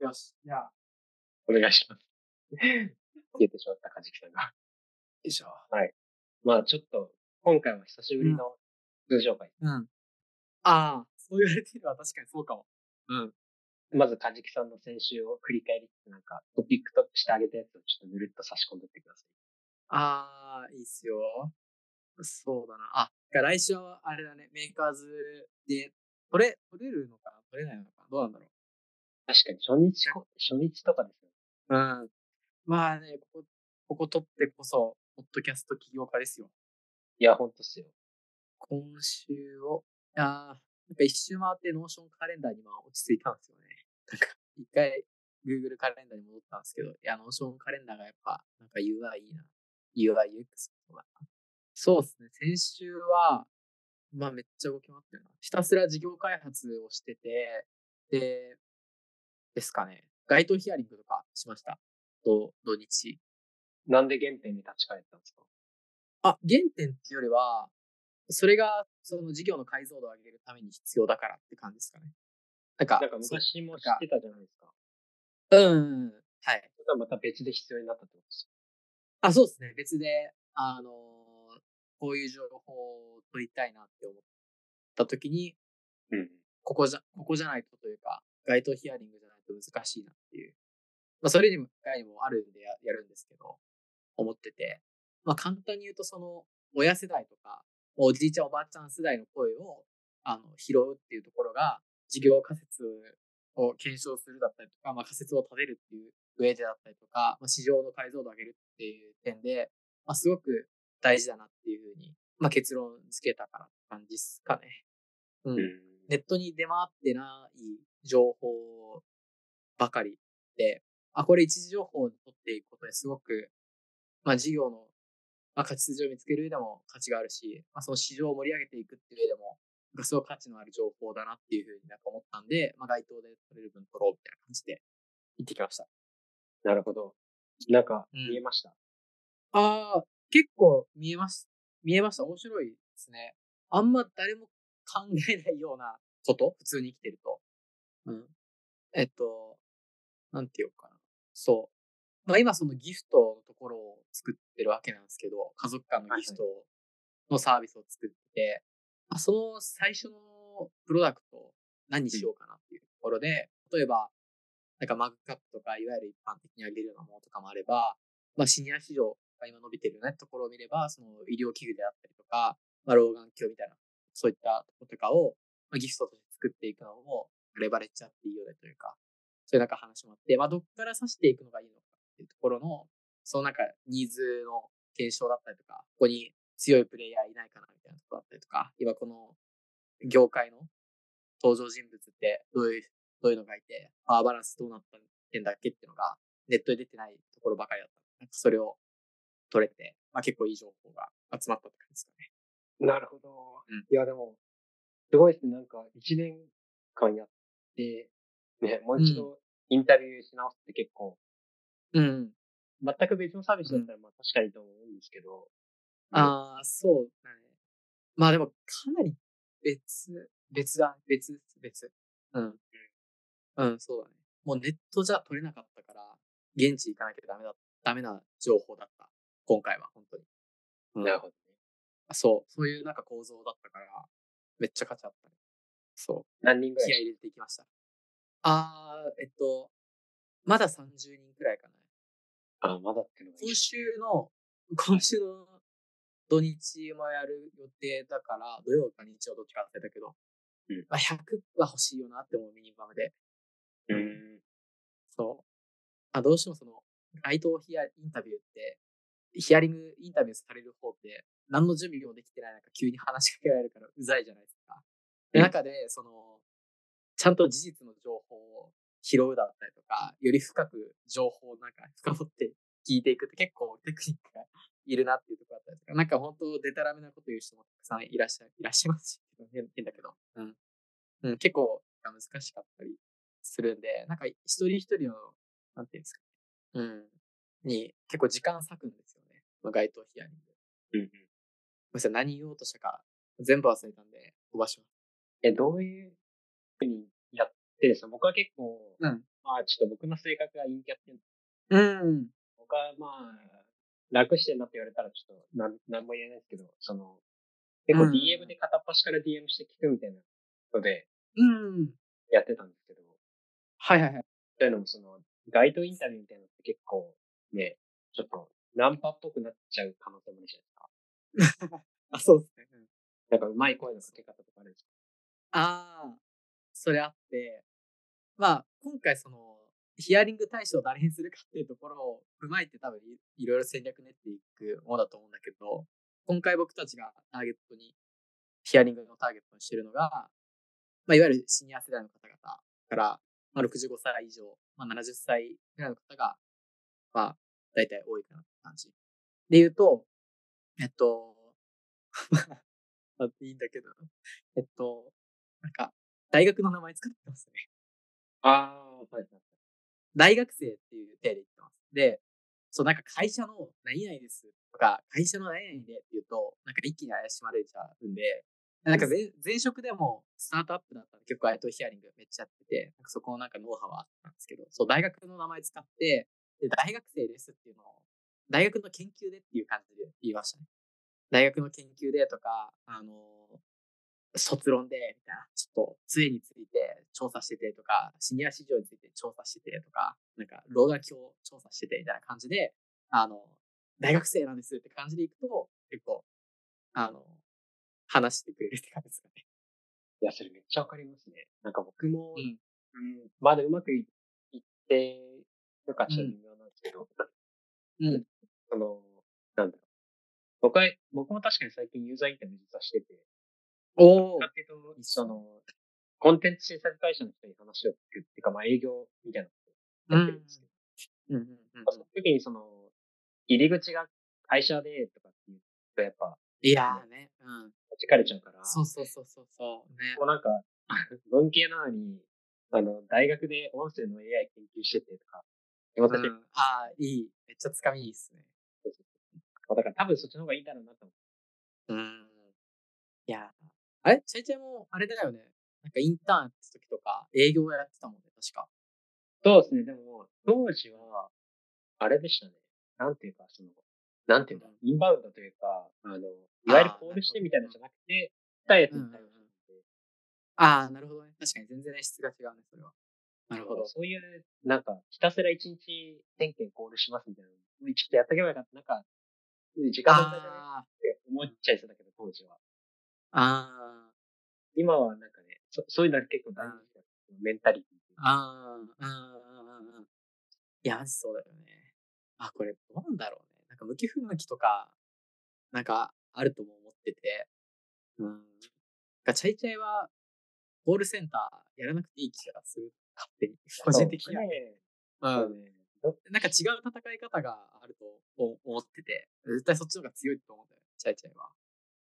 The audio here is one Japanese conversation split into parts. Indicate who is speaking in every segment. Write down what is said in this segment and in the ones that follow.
Speaker 1: よし。じゃあ、
Speaker 2: お願いし ます。消えてしまった、かじきさんが。
Speaker 1: よいしょ。
Speaker 2: まあちょっと、今回は久しぶりの通常会。
Speaker 1: うん。ああ、そう言われてみれば確かにそうかも。うん。
Speaker 2: まず、かじきさんの先週を振り返りつつ、なんか、トピックとしてあげたやつをちょっとぬるっと差し込んでってください。
Speaker 1: ああ、いいっすよ。そうだな。あ、だから来週はあれだね、メーカーズで、取れ、取れるのかな取れないのかなどうなんだろう。
Speaker 2: 確かに、初日こ、初日とかですね。
Speaker 1: うん。まあね、ここ、ここ取ってこそ、ポッドキャスト起業家ですよ。
Speaker 2: いや、ほんとっすよ。
Speaker 1: 今週を、あーなんか一周回ってノーションカレンダーにまあ落ち着いたんですよね。 なんか、一回 Google カレンダーに戻ったんですけど、いや、ノーションカレンダーがやっぱ、なんか UI いいな。UI、UX そうだな。そうですね。先週は、まあめっちゃ動き回ってるな。ひたすら事業開発をしてて、で、ですかね。街頭ヒアリングとかしました。と、土日。
Speaker 2: なんで原点に立ち返ったんですか
Speaker 1: あ、原点っていうよりは、それが、その事業の解像度を上げるために必要だからって感じですかね。なんか、
Speaker 2: なんか
Speaker 1: そう
Speaker 2: 昔も知ってたじゃないですか。
Speaker 1: うん。はい。
Speaker 2: それとはまた別で必要になったってことです
Speaker 1: あ、そうですね。別で、あのーこういう情報を取りたいなって思った時に、
Speaker 2: よ。うん。
Speaker 1: ここじゃ、ここじゃないとというか、街頭ヒアリングじゃないと難しいなっていう。まあ、それにも、外にもあるんでややるんですけど、思ってて。まあ、簡単に言うと、その、親世代とか、おじいちゃんおばあちゃん世代の声を、あの、拾うっていうところが、事業仮説を検証するだったりとか、まあ、仮説を立てるっていう上でだったりとか、まあ、市場の解像度を上げるっていう点で、まあ、すごく大事だなっていうふうに、まあ、結論付けたからって感じですかね。うんネットに出回ってない情報ばかりで、あ、これ一時情報を取っていくことですごく、まあ事業の、まあ、勝ち筋を見つける上でも価値があるし、まあその市場を盛り上げていくっていう上でも、なんかすごく価値のある情報だなっていうふうになんか思ったんで、まあ該当で取れる分取ろうみたいな感じで行ってきました。
Speaker 2: なるほど。なんか、
Speaker 1: うん
Speaker 2: 見えました。
Speaker 1: ああ、結構見えます。見えました。面白いですね。あんま誰も考えないようなこと 普通に生きてると。うん。えっと、なんていうかな。そう。まあ今そのギフトのところを作ってるわけなんですけど、家族間のギフトのサービスを作って、まあその最初のプロダクトを何にしようかなっていうところで、例えば、なんかマグカップとか、いわゆる一般的にあげるようなものとかもあれば、まあシニア市場が今伸びてるよねところを見れば、その医療器具であったりとか、まあ老眼鏡みたいな、そういったとことかを、まあ、ギフトとして作っていくのも、レバレッジあっていいよねというか、そういうなんか話もあって、まあ、どっから指していくのがいいのかっていうところの、そのなんかニーズの検証だったりとか、ここに強いプレイヤーいないかなみたいなところだったりとか、今この業界の登場人物ってどういう、どういうのがいて、パワーバランスどうなってんだっけっていうのが、ネットで出てないところばかりだった。なんかそれを取れて、まあ結構いい情報が集まったって感じですかね。
Speaker 2: なるほど。
Speaker 1: うん
Speaker 2: いや、でも、すごいですね。なんか、一年間やって、ね、もう一度インタビューし直すって結構、
Speaker 1: うん。
Speaker 2: 全く別のサービスだったら、まあ確かにと思うんですけど、
Speaker 1: ああ、そうだね。まあでも、かなり別、別だ、別、別。うん。うん、そうだね。もうネットじゃ取れなかったから、現地行かなきゃダメだ、ダメな情報だった。今回は、本当に。うん
Speaker 2: ほどね。
Speaker 1: そう、そういうなんか構造だったから、めっちゃ価値あったね。そう。
Speaker 2: 何人ぐら
Speaker 1: 気合
Speaker 2: い
Speaker 1: い入れていきました。あー、えっと、まだ30人くらいかな。
Speaker 2: あ、まだっていうのがいい
Speaker 1: 今週の、 今週の土日もやる予定だから、土曜か日曜どっちか忘れたけど、
Speaker 2: うん
Speaker 1: まあ、100は欲しいよなって思うミニバムで。
Speaker 2: うん。
Speaker 1: そう。あ、どうしてもその、街頭ヒアインタビューって、ヒアリングインタビューされる方って、何の準備もできてない中、急に話しかけられるからうざいじゃないですか。で、
Speaker 2: うん
Speaker 1: 中で、その、ちゃんと事実の情報を拾うだったりとか、より深く情報をなんか深掘って聞いていくって結構テクニックがいるなっていうところだったりとか、なんか本当デタラメなこと言う人もたくさんいらっしゃいらっしゃいますし、変変だけど。うん。うん、結構難しかったりするんで、なんか一人一人の、なんていうんですか、うん、に結構時間割くんですよね。その街頭ヒアリング。
Speaker 2: うん。
Speaker 1: ごめんなさい、何言おうとしたか全部忘れたんで、飛ばします。
Speaker 2: え、どういうふうにやってるんですか僕は結構、
Speaker 1: うん
Speaker 2: まあ、ちょっと僕の性格が陰キャっていうの
Speaker 1: うん。
Speaker 2: 僕はまあ、楽してんなって言われたらちょっとなん、なんも言えないですけど、その、結
Speaker 1: う
Speaker 2: 構
Speaker 1: ん
Speaker 2: DM で片っ端から DM して聞くみたいなので
Speaker 1: うん。
Speaker 2: やってたんですけど、
Speaker 1: はいはいはい。
Speaker 2: というのもその、街頭インタビューみたいなのって結構ね、ちょっとナンパっぽくなっちゃう可能性もあるじゃないですか。
Speaker 1: あ、そうですね。うん、
Speaker 2: なんかうまい声のかけ方とかあるんです
Speaker 1: ああ、それあって、まあ、今回その、ヒアリング対象を誰にするかっていうところを踏まえて多分いいろいろ戦略練っていくものだと思うんだけど、今回僕たちがターゲットに、ヒアリングのターゲットにしてるのが、まあ、いわゆるシニア世代の方々から、まあ、65歳以上、まあ、70歳ぐらいの方が、まあ、大体多いかなって感じ。で言うと、えっと、 まあ、いいんだけど、えっと、なんか、大学の名前使ってますね。
Speaker 2: か。ああ、はいはい。
Speaker 1: 大学生っていう体で言ってます。で、そう、なんか会社の何々ですとか、会社の何々でっていうと、なんか一気に怪しまれちゃうんで、なんか前前職でもスタートアップだったんで結構アイトヒアリングめっちゃやってて、なんかそこのなんかノウハウはあったんですけど、そう、大学の名前使って、で、大学生ですっていうのを、大学の研究でっていう感じで言いましたね。大学の研究でとか、あの卒論で、みたいな、ちょっと、杖について調査しててとか、シニア市場について調査しててとか、なんか、老眼鏡を調査しててみたいな感じで、あの、大学生なんですって感じでいくと、結構、あの、話してくれるって感じですかね。
Speaker 2: いや、それめっちゃわかりますね。なんか僕も、
Speaker 1: うん
Speaker 2: うんまだうまくいいって、よかったら微妙なんですけど、
Speaker 1: うん。
Speaker 2: その、なんだろう。僕は、僕も確かに最近ユーザーインタビュー実はしてて、
Speaker 1: おお
Speaker 2: だけど、その、コンテンツ制作会社の人に話を聞くっていうか、まあ営業みたいなことをやってるんですけど、
Speaker 1: うんうんうん
Speaker 2: まあその時にその、入り口が会社でとかっていうと、やっぱ、
Speaker 1: いやーね。うん。
Speaker 2: はじかれちゃうから、
Speaker 1: そうそうそうそうそう。ね。
Speaker 2: もうなんか、 文系なのに、あの、大学で音声の AI 研究しててとか、
Speaker 1: う
Speaker 2: 私、
Speaker 1: ん、ああ、いい。めっちゃつかみいいっすね。
Speaker 2: だから多分そっちの方がいいだろうなと思って。
Speaker 1: うん。いやー、あれちゃいちゃいも、あれだよね。なんかインターンやってた時とか、営業やってたもんね、確か。
Speaker 2: そうですね、でも、当時は、あれでしたね。なんていうか、その、なんていうんだ、インバウンドというか、あの、いわゆるコールしてみたいなのじゃなくて、来たやつみたいなので。
Speaker 1: ああ、なるほどね。確かに全然質が違うね、それは。なるほど。
Speaker 2: そういう、なんか、ひたすら一日1000件コールしますみたいなの。ちょっとやっとけばよかった。なんか、時間の無駄じゃないっ
Speaker 1: あ
Speaker 2: て思っちゃいそうだけど、当時は。
Speaker 1: あ、あ
Speaker 2: 今はなんかね、そそういうの結構大事だよメンタリティ。
Speaker 1: あ、ああ、ああ、いや、マジそうだよね。あ、これ、どうなんだろうね。なんか、向き不向きとか、なんか、あるとも思ってて。うん。なんか、チャイチャイは、コールセンターやらなくていい気がする。勝手 に。個人的には。
Speaker 2: ね。
Speaker 1: う
Speaker 2: そ
Speaker 1: ん
Speaker 2: う。ね。どっ
Speaker 1: なんか違う戦い方があると思思ってて、絶対そっちの方が強いと思うんだよ、チャイチャイは。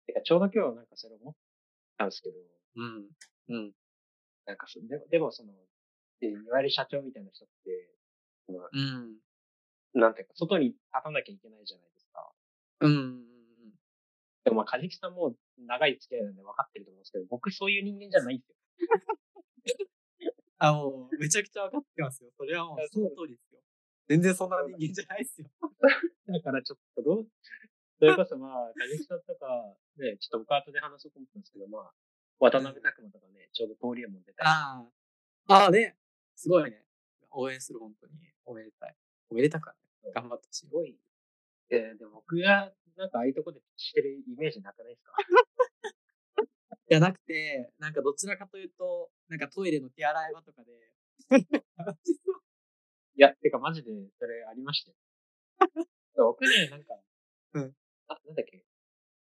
Speaker 2: てか、ちょうど今日なんかそれ思ったんですけど、
Speaker 1: うん。うん。
Speaker 2: なんかそでも、でもその、えーいわゆる社長みたいな人って、その
Speaker 1: うん。
Speaker 2: なんていうか、外に立たなきゃいけないじゃないですか。
Speaker 1: うん。
Speaker 2: でもまあ、かじきさんも長い付き合いなんで分かってると思うんですけど、僕そういう人間じゃないんですよ。
Speaker 1: あ、もう、めちゃくちゃ分かってますよ。それはもう
Speaker 2: いや、
Speaker 1: そ
Speaker 2: そう
Speaker 1: の通りですよ。全然そんな人間じゃないですよ。
Speaker 2: だからちょっとどう、 それこそまあ、かじきさんとか、ね、ちょっと僕は後で話そうと思ったんですけど、まあ、渡辺拓馬とかね、ちょうど登竜門出たり。
Speaker 1: ああ。ああね。すごいね。応援する、本当に。おめでたい。おめでたくはね。頑張ってほしい
Speaker 2: す。ごい。えーでも僕が、なんかああいうとこでしてるイメージなくないですか
Speaker 1: いや、なくて、なんかどちらかというと、なんかトイレの手洗い場とかで、
Speaker 2: いや、てかマジで、それありました よ。僕ね、なんか、
Speaker 1: うん。
Speaker 2: あ、なんだっけ。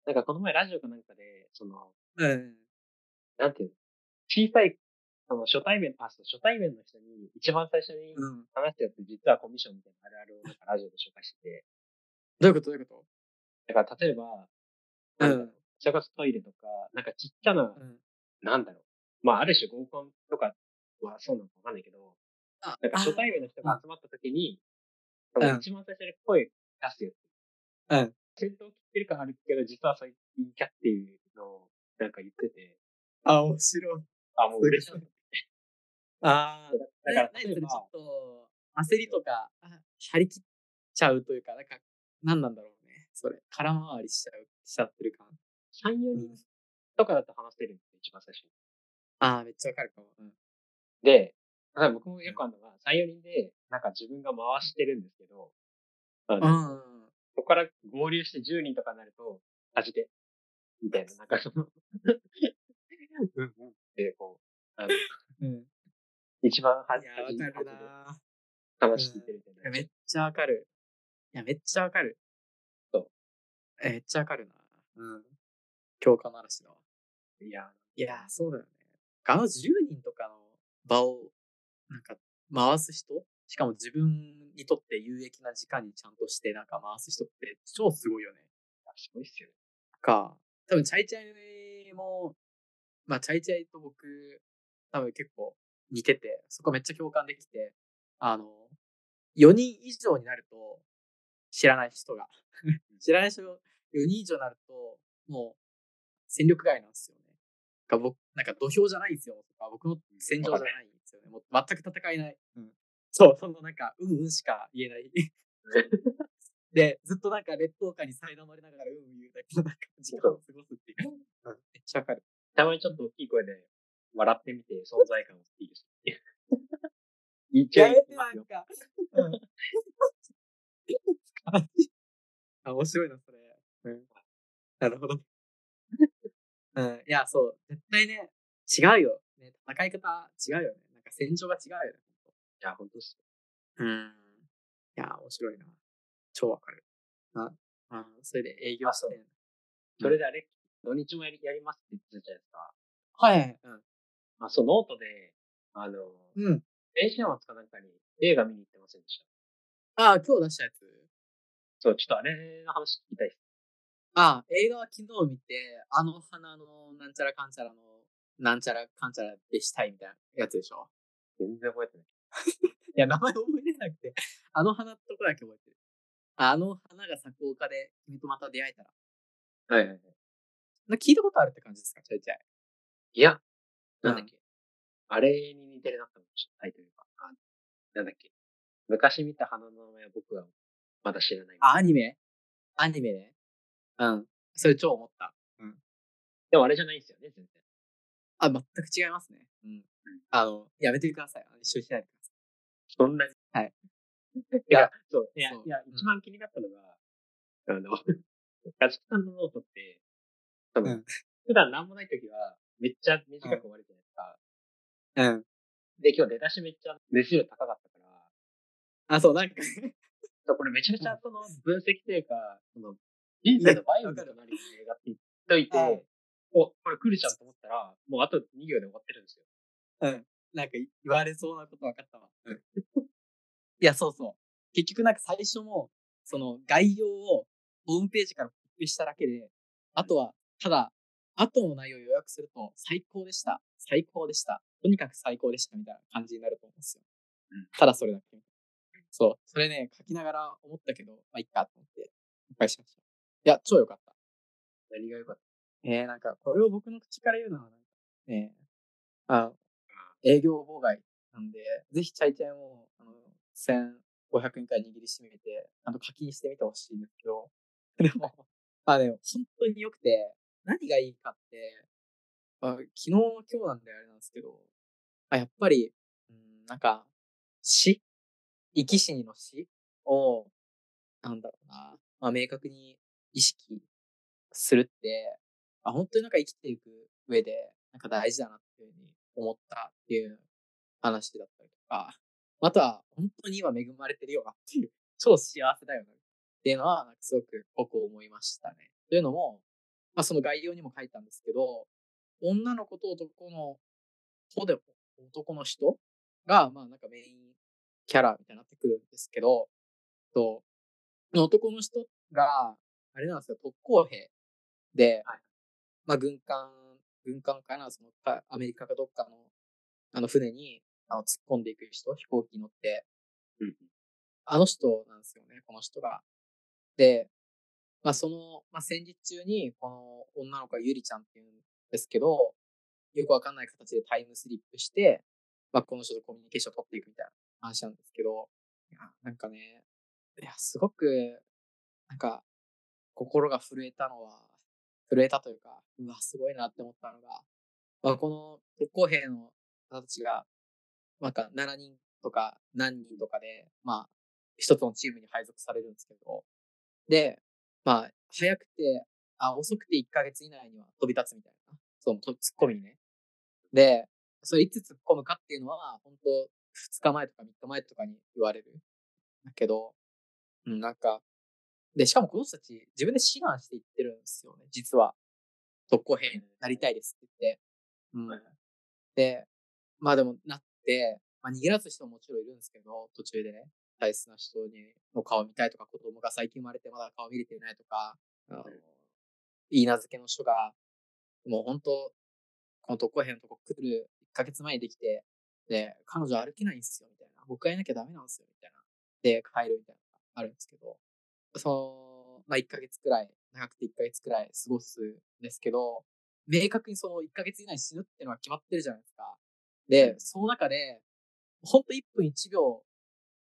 Speaker 2: なんかこの前ラジオかなんかで、その、
Speaker 1: うん。
Speaker 2: なんていうの小さい、その初対面、あ、そう、初対面の人に、一番最初に
Speaker 1: うん。
Speaker 2: 話したやつ、実はコミッションみたいなあるあるをなんかラジオで紹介してて、
Speaker 1: どういうことどういうこ
Speaker 2: だから例えば、
Speaker 1: と
Speaker 2: なんだろう。それこそトイレとか、なんかちっちゃな、
Speaker 1: うん。
Speaker 2: なんだろう。まあ、ある種合コンとかはそうなのかわかんないけど、
Speaker 1: あ
Speaker 2: なんか初対面の人が集まった時に、そ
Speaker 1: うん
Speaker 2: の一番最初に声出すやつ。
Speaker 1: うん。
Speaker 2: 先頭切ってる感あるけど、実はそういう陰キャっていうのをなんか言ってて、
Speaker 1: あ、面白い。
Speaker 2: あ、もう嬉しい。
Speaker 1: ああ、
Speaker 2: だから
Speaker 1: ね
Speaker 2: 例
Speaker 1: 何それ
Speaker 2: え
Speaker 1: ちょ
Speaker 2: ば
Speaker 1: っ、と、焦りとか、あ張り切っちゃうというか、なんか、何なんだろうね。それ、空回りしちゃう、しちゃってる感。
Speaker 2: 3、4人とかだと話せるんですよ、一番最初に。
Speaker 1: ああ、めっちゃわかるかも。うん。
Speaker 2: で、ただ僕もよくあるのが、3、4人で、なんか自分が回してるんですけど、あの
Speaker 1: うんうんうん。
Speaker 2: そこから合流して10人とかになると、味で、みたいな、なんかその、 うんうんって、こう、あの、
Speaker 1: うん、
Speaker 2: 一番は、
Speaker 1: いや、わかるな。
Speaker 2: 話聞いてるみ
Speaker 1: い
Speaker 2: た
Speaker 1: や
Speaker 2: いな。
Speaker 1: めっちゃわかる。いや、めっちゃわかる。
Speaker 2: そう
Speaker 1: え。めっちゃわかるな。うん。共感の嵐だわ。
Speaker 2: いや、
Speaker 1: いや、そうだよね。あの10人とかの場を、なんか、回す人しかも自分にとって有益な時間にちゃんとして、なんか回す人って超すごいよね。
Speaker 2: すごいっすよね。
Speaker 1: か、多分チャイチャイも、まあチャイチャイと僕、多分結構似てて、そこめっちゃ共感できて、あの、4人以上になると、知らない人が。 知らない人、4人以上になると、もう、戦力外なんですよね。なんか僕、なんか土俵じゃないんですよ。とか僕の戦場じゃないんですよね。もう全く戦えない。そう、そのなんか、うんうんしか言えない。 で、ずっとなんか劣等感に苛まれながら、うんうん言うだけのなんか時間を過ごすっていう。うんめっちゃわかる。
Speaker 2: たまにちょっと大きい声で笑ってみ て存在感をいいです。 一応
Speaker 1: や
Speaker 2: 言
Speaker 1: め
Speaker 2: って
Speaker 1: て、な
Speaker 2: ますよ
Speaker 1: ん。か。 あ、面白いな、それ。うん。なるほど。うん。いや、そう。絶対ね、違うよ。ね、戦い方違うよね。なんか戦場が違うよね。
Speaker 2: いや、本当っす。
Speaker 1: うん。いや、面白いな。超わかる。あ、あそれで営業して。
Speaker 2: それであれ、土日もやりやりますって言ってたじゃないですか。
Speaker 1: はい。
Speaker 2: あ、そう、ノートで、あの、
Speaker 1: うん。うん。
Speaker 2: 電子端末かなんかに映画見に行ってませんでした。
Speaker 1: ああ、今日出したやつ。
Speaker 2: そう、ちょっとあれの話聞きたいです。
Speaker 1: ああ、映画は昨日見て、あの花のなんちゃらかんちゃらの、なんちゃらかんちゃらでしたいみたいなやつでしょ。
Speaker 2: 全然覚えてない。
Speaker 1: いや、名前覚えれなくて、あの花ってとこだけ覚えてる。あの花が作岡で君とまた出会えたら。
Speaker 2: はいはいはい。
Speaker 1: な聞いたことあるって感じですかちょいちょい。
Speaker 2: いや、
Speaker 1: うん
Speaker 2: なんだっけ。あれに似てるなって思いました。タイトルが。あのなんだっけ。昔見た花の名前は僕はまだ知らない。
Speaker 1: あ、アニメアニメね。うん。それ超思った。
Speaker 2: でもあれじゃないんですよね、全然。
Speaker 1: あ、全く違いますね。うん。あの、やめてください。あの一緒にしないでください。
Speaker 2: そんなに。
Speaker 1: はい。
Speaker 2: いや、そう。い
Speaker 1: いや
Speaker 2: や、
Speaker 1: そう
Speaker 2: いや
Speaker 1: うん
Speaker 2: 一番気になったのが、あ の、ガチキさんのノートって、多分、
Speaker 1: うん
Speaker 2: 普段なんもない時は、めっちゃ短く終わるじゃないですか。
Speaker 1: うん。
Speaker 2: で、今日出だしめっちゃ熱量高かったから、
Speaker 1: あ、そう、なんか、
Speaker 2: そうこれめちゃめちゃその分析というか、その、人生のバイブルとなる映画って言っとい
Speaker 1: うん
Speaker 2: て、お、これ来るじゃんと思ったら、もうあと2行で終わってるんですよ。
Speaker 1: うん。なんか言われそうなこと分かったわ。 うん。いや、そうそう。結局なんか最初も、その概要をホームページからコピーしただけで、あとは、ただ、後の内容を予約すると、最高でした。最高でした。とにかく最高でした。みたいな感じになると思うんですよ。
Speaker 2: うん
Speaker 1: ただそれだけ。そう。それね、書きながら思ったけど、まあ、いっかと思って、いっぱいしました。いや、超良かった。
Speaker 2: 何が良かった
Speaker 1: えー、なんか、これを僕の口から言うのはなんか、ねえ、あ営業妨害なんで、ぜひチャイチャイも、あの、1500円くらい握りしめて、あの、課金してみてほしいんですけど、 でも、あ、でも、本当に良くて、何がいいかって、あ、昨日の今日なんであれなんですけど、あ、やっぱり、うん、なんか、死生き死にの死を、なんだろうな、まあ、明確に意識するって、あ、本当になんか生きていく上で、なんか大事だなっていうふうに思ったっていう話だったりとか、あとは、本当に今恵まれてるよなっていう、超幸せだよなっていうのは、なんかすごく僕思いましたね。というのも、まあその概要にも書いたんですけど、女の子と男の子で、男の人が、まあなんかメインキャラみたいになってくるんですけど、と、男の人が、あれなんですよ、特攻兵で、
Speaker 2: はい
Speaker 1: まあ軍艦、軍艦かな、そのかアメリカかどっかの、あの船に、あの突っ込んでいく人、飛行機に乗って、
Speaker 2: うん。
Speaker 1: あの人なんですよね、この人が。で、まあ、その、まあ、戦時中に、この女の子はゆりちゃんっていうんですけど、よくわかんない形でタイムスリップして、まあ、この人とコミュニケーションを取っていくみたいな話なんですけど、いやなんかね、いや、すごく、なんか、心が震えたのは、震えたというか、うわ、すごいなって思ったのが、まあ、この特攻兵の方たちが、なんか7人とか何人とかで、まあ、一つのチームに配属されるんですけど、で、まあ、早くて、あ、遅くて1ヶ月以内には飛び立つみたいな、そのと突っ込みね。で、それいつ突っ込むかっていうのは、本当2日前とか3日前とかに言われる。だけど、うん、なんか、で、しかもこの人たち、自分で志願していってるんですよね、実は。特攻兵になりたいですって言って。うん。で、まあでもなって、まあ逃げ出す人ももちろんいるんですけど、途中でね、大切な人にの顔を見たいとか、子供が最近生まれてまだ顔見れてないとか、あの、いい名付けの人が、もう本当この特攻兵のとこ来る1ヶ月前にできて、で、彼女歩けないんですよ、みたいな。僕がいなきゃダメなんですよ、みたいな。で、帰るみたいな、あるんですけど、その、まあ1ヶ月くらい、長くて1ヶ月くらい過ごすんですけど、明確にその1ヶ月以内に死ぬっていうのは決まってるじゃないですか。で、その中で、ほんと1分1秒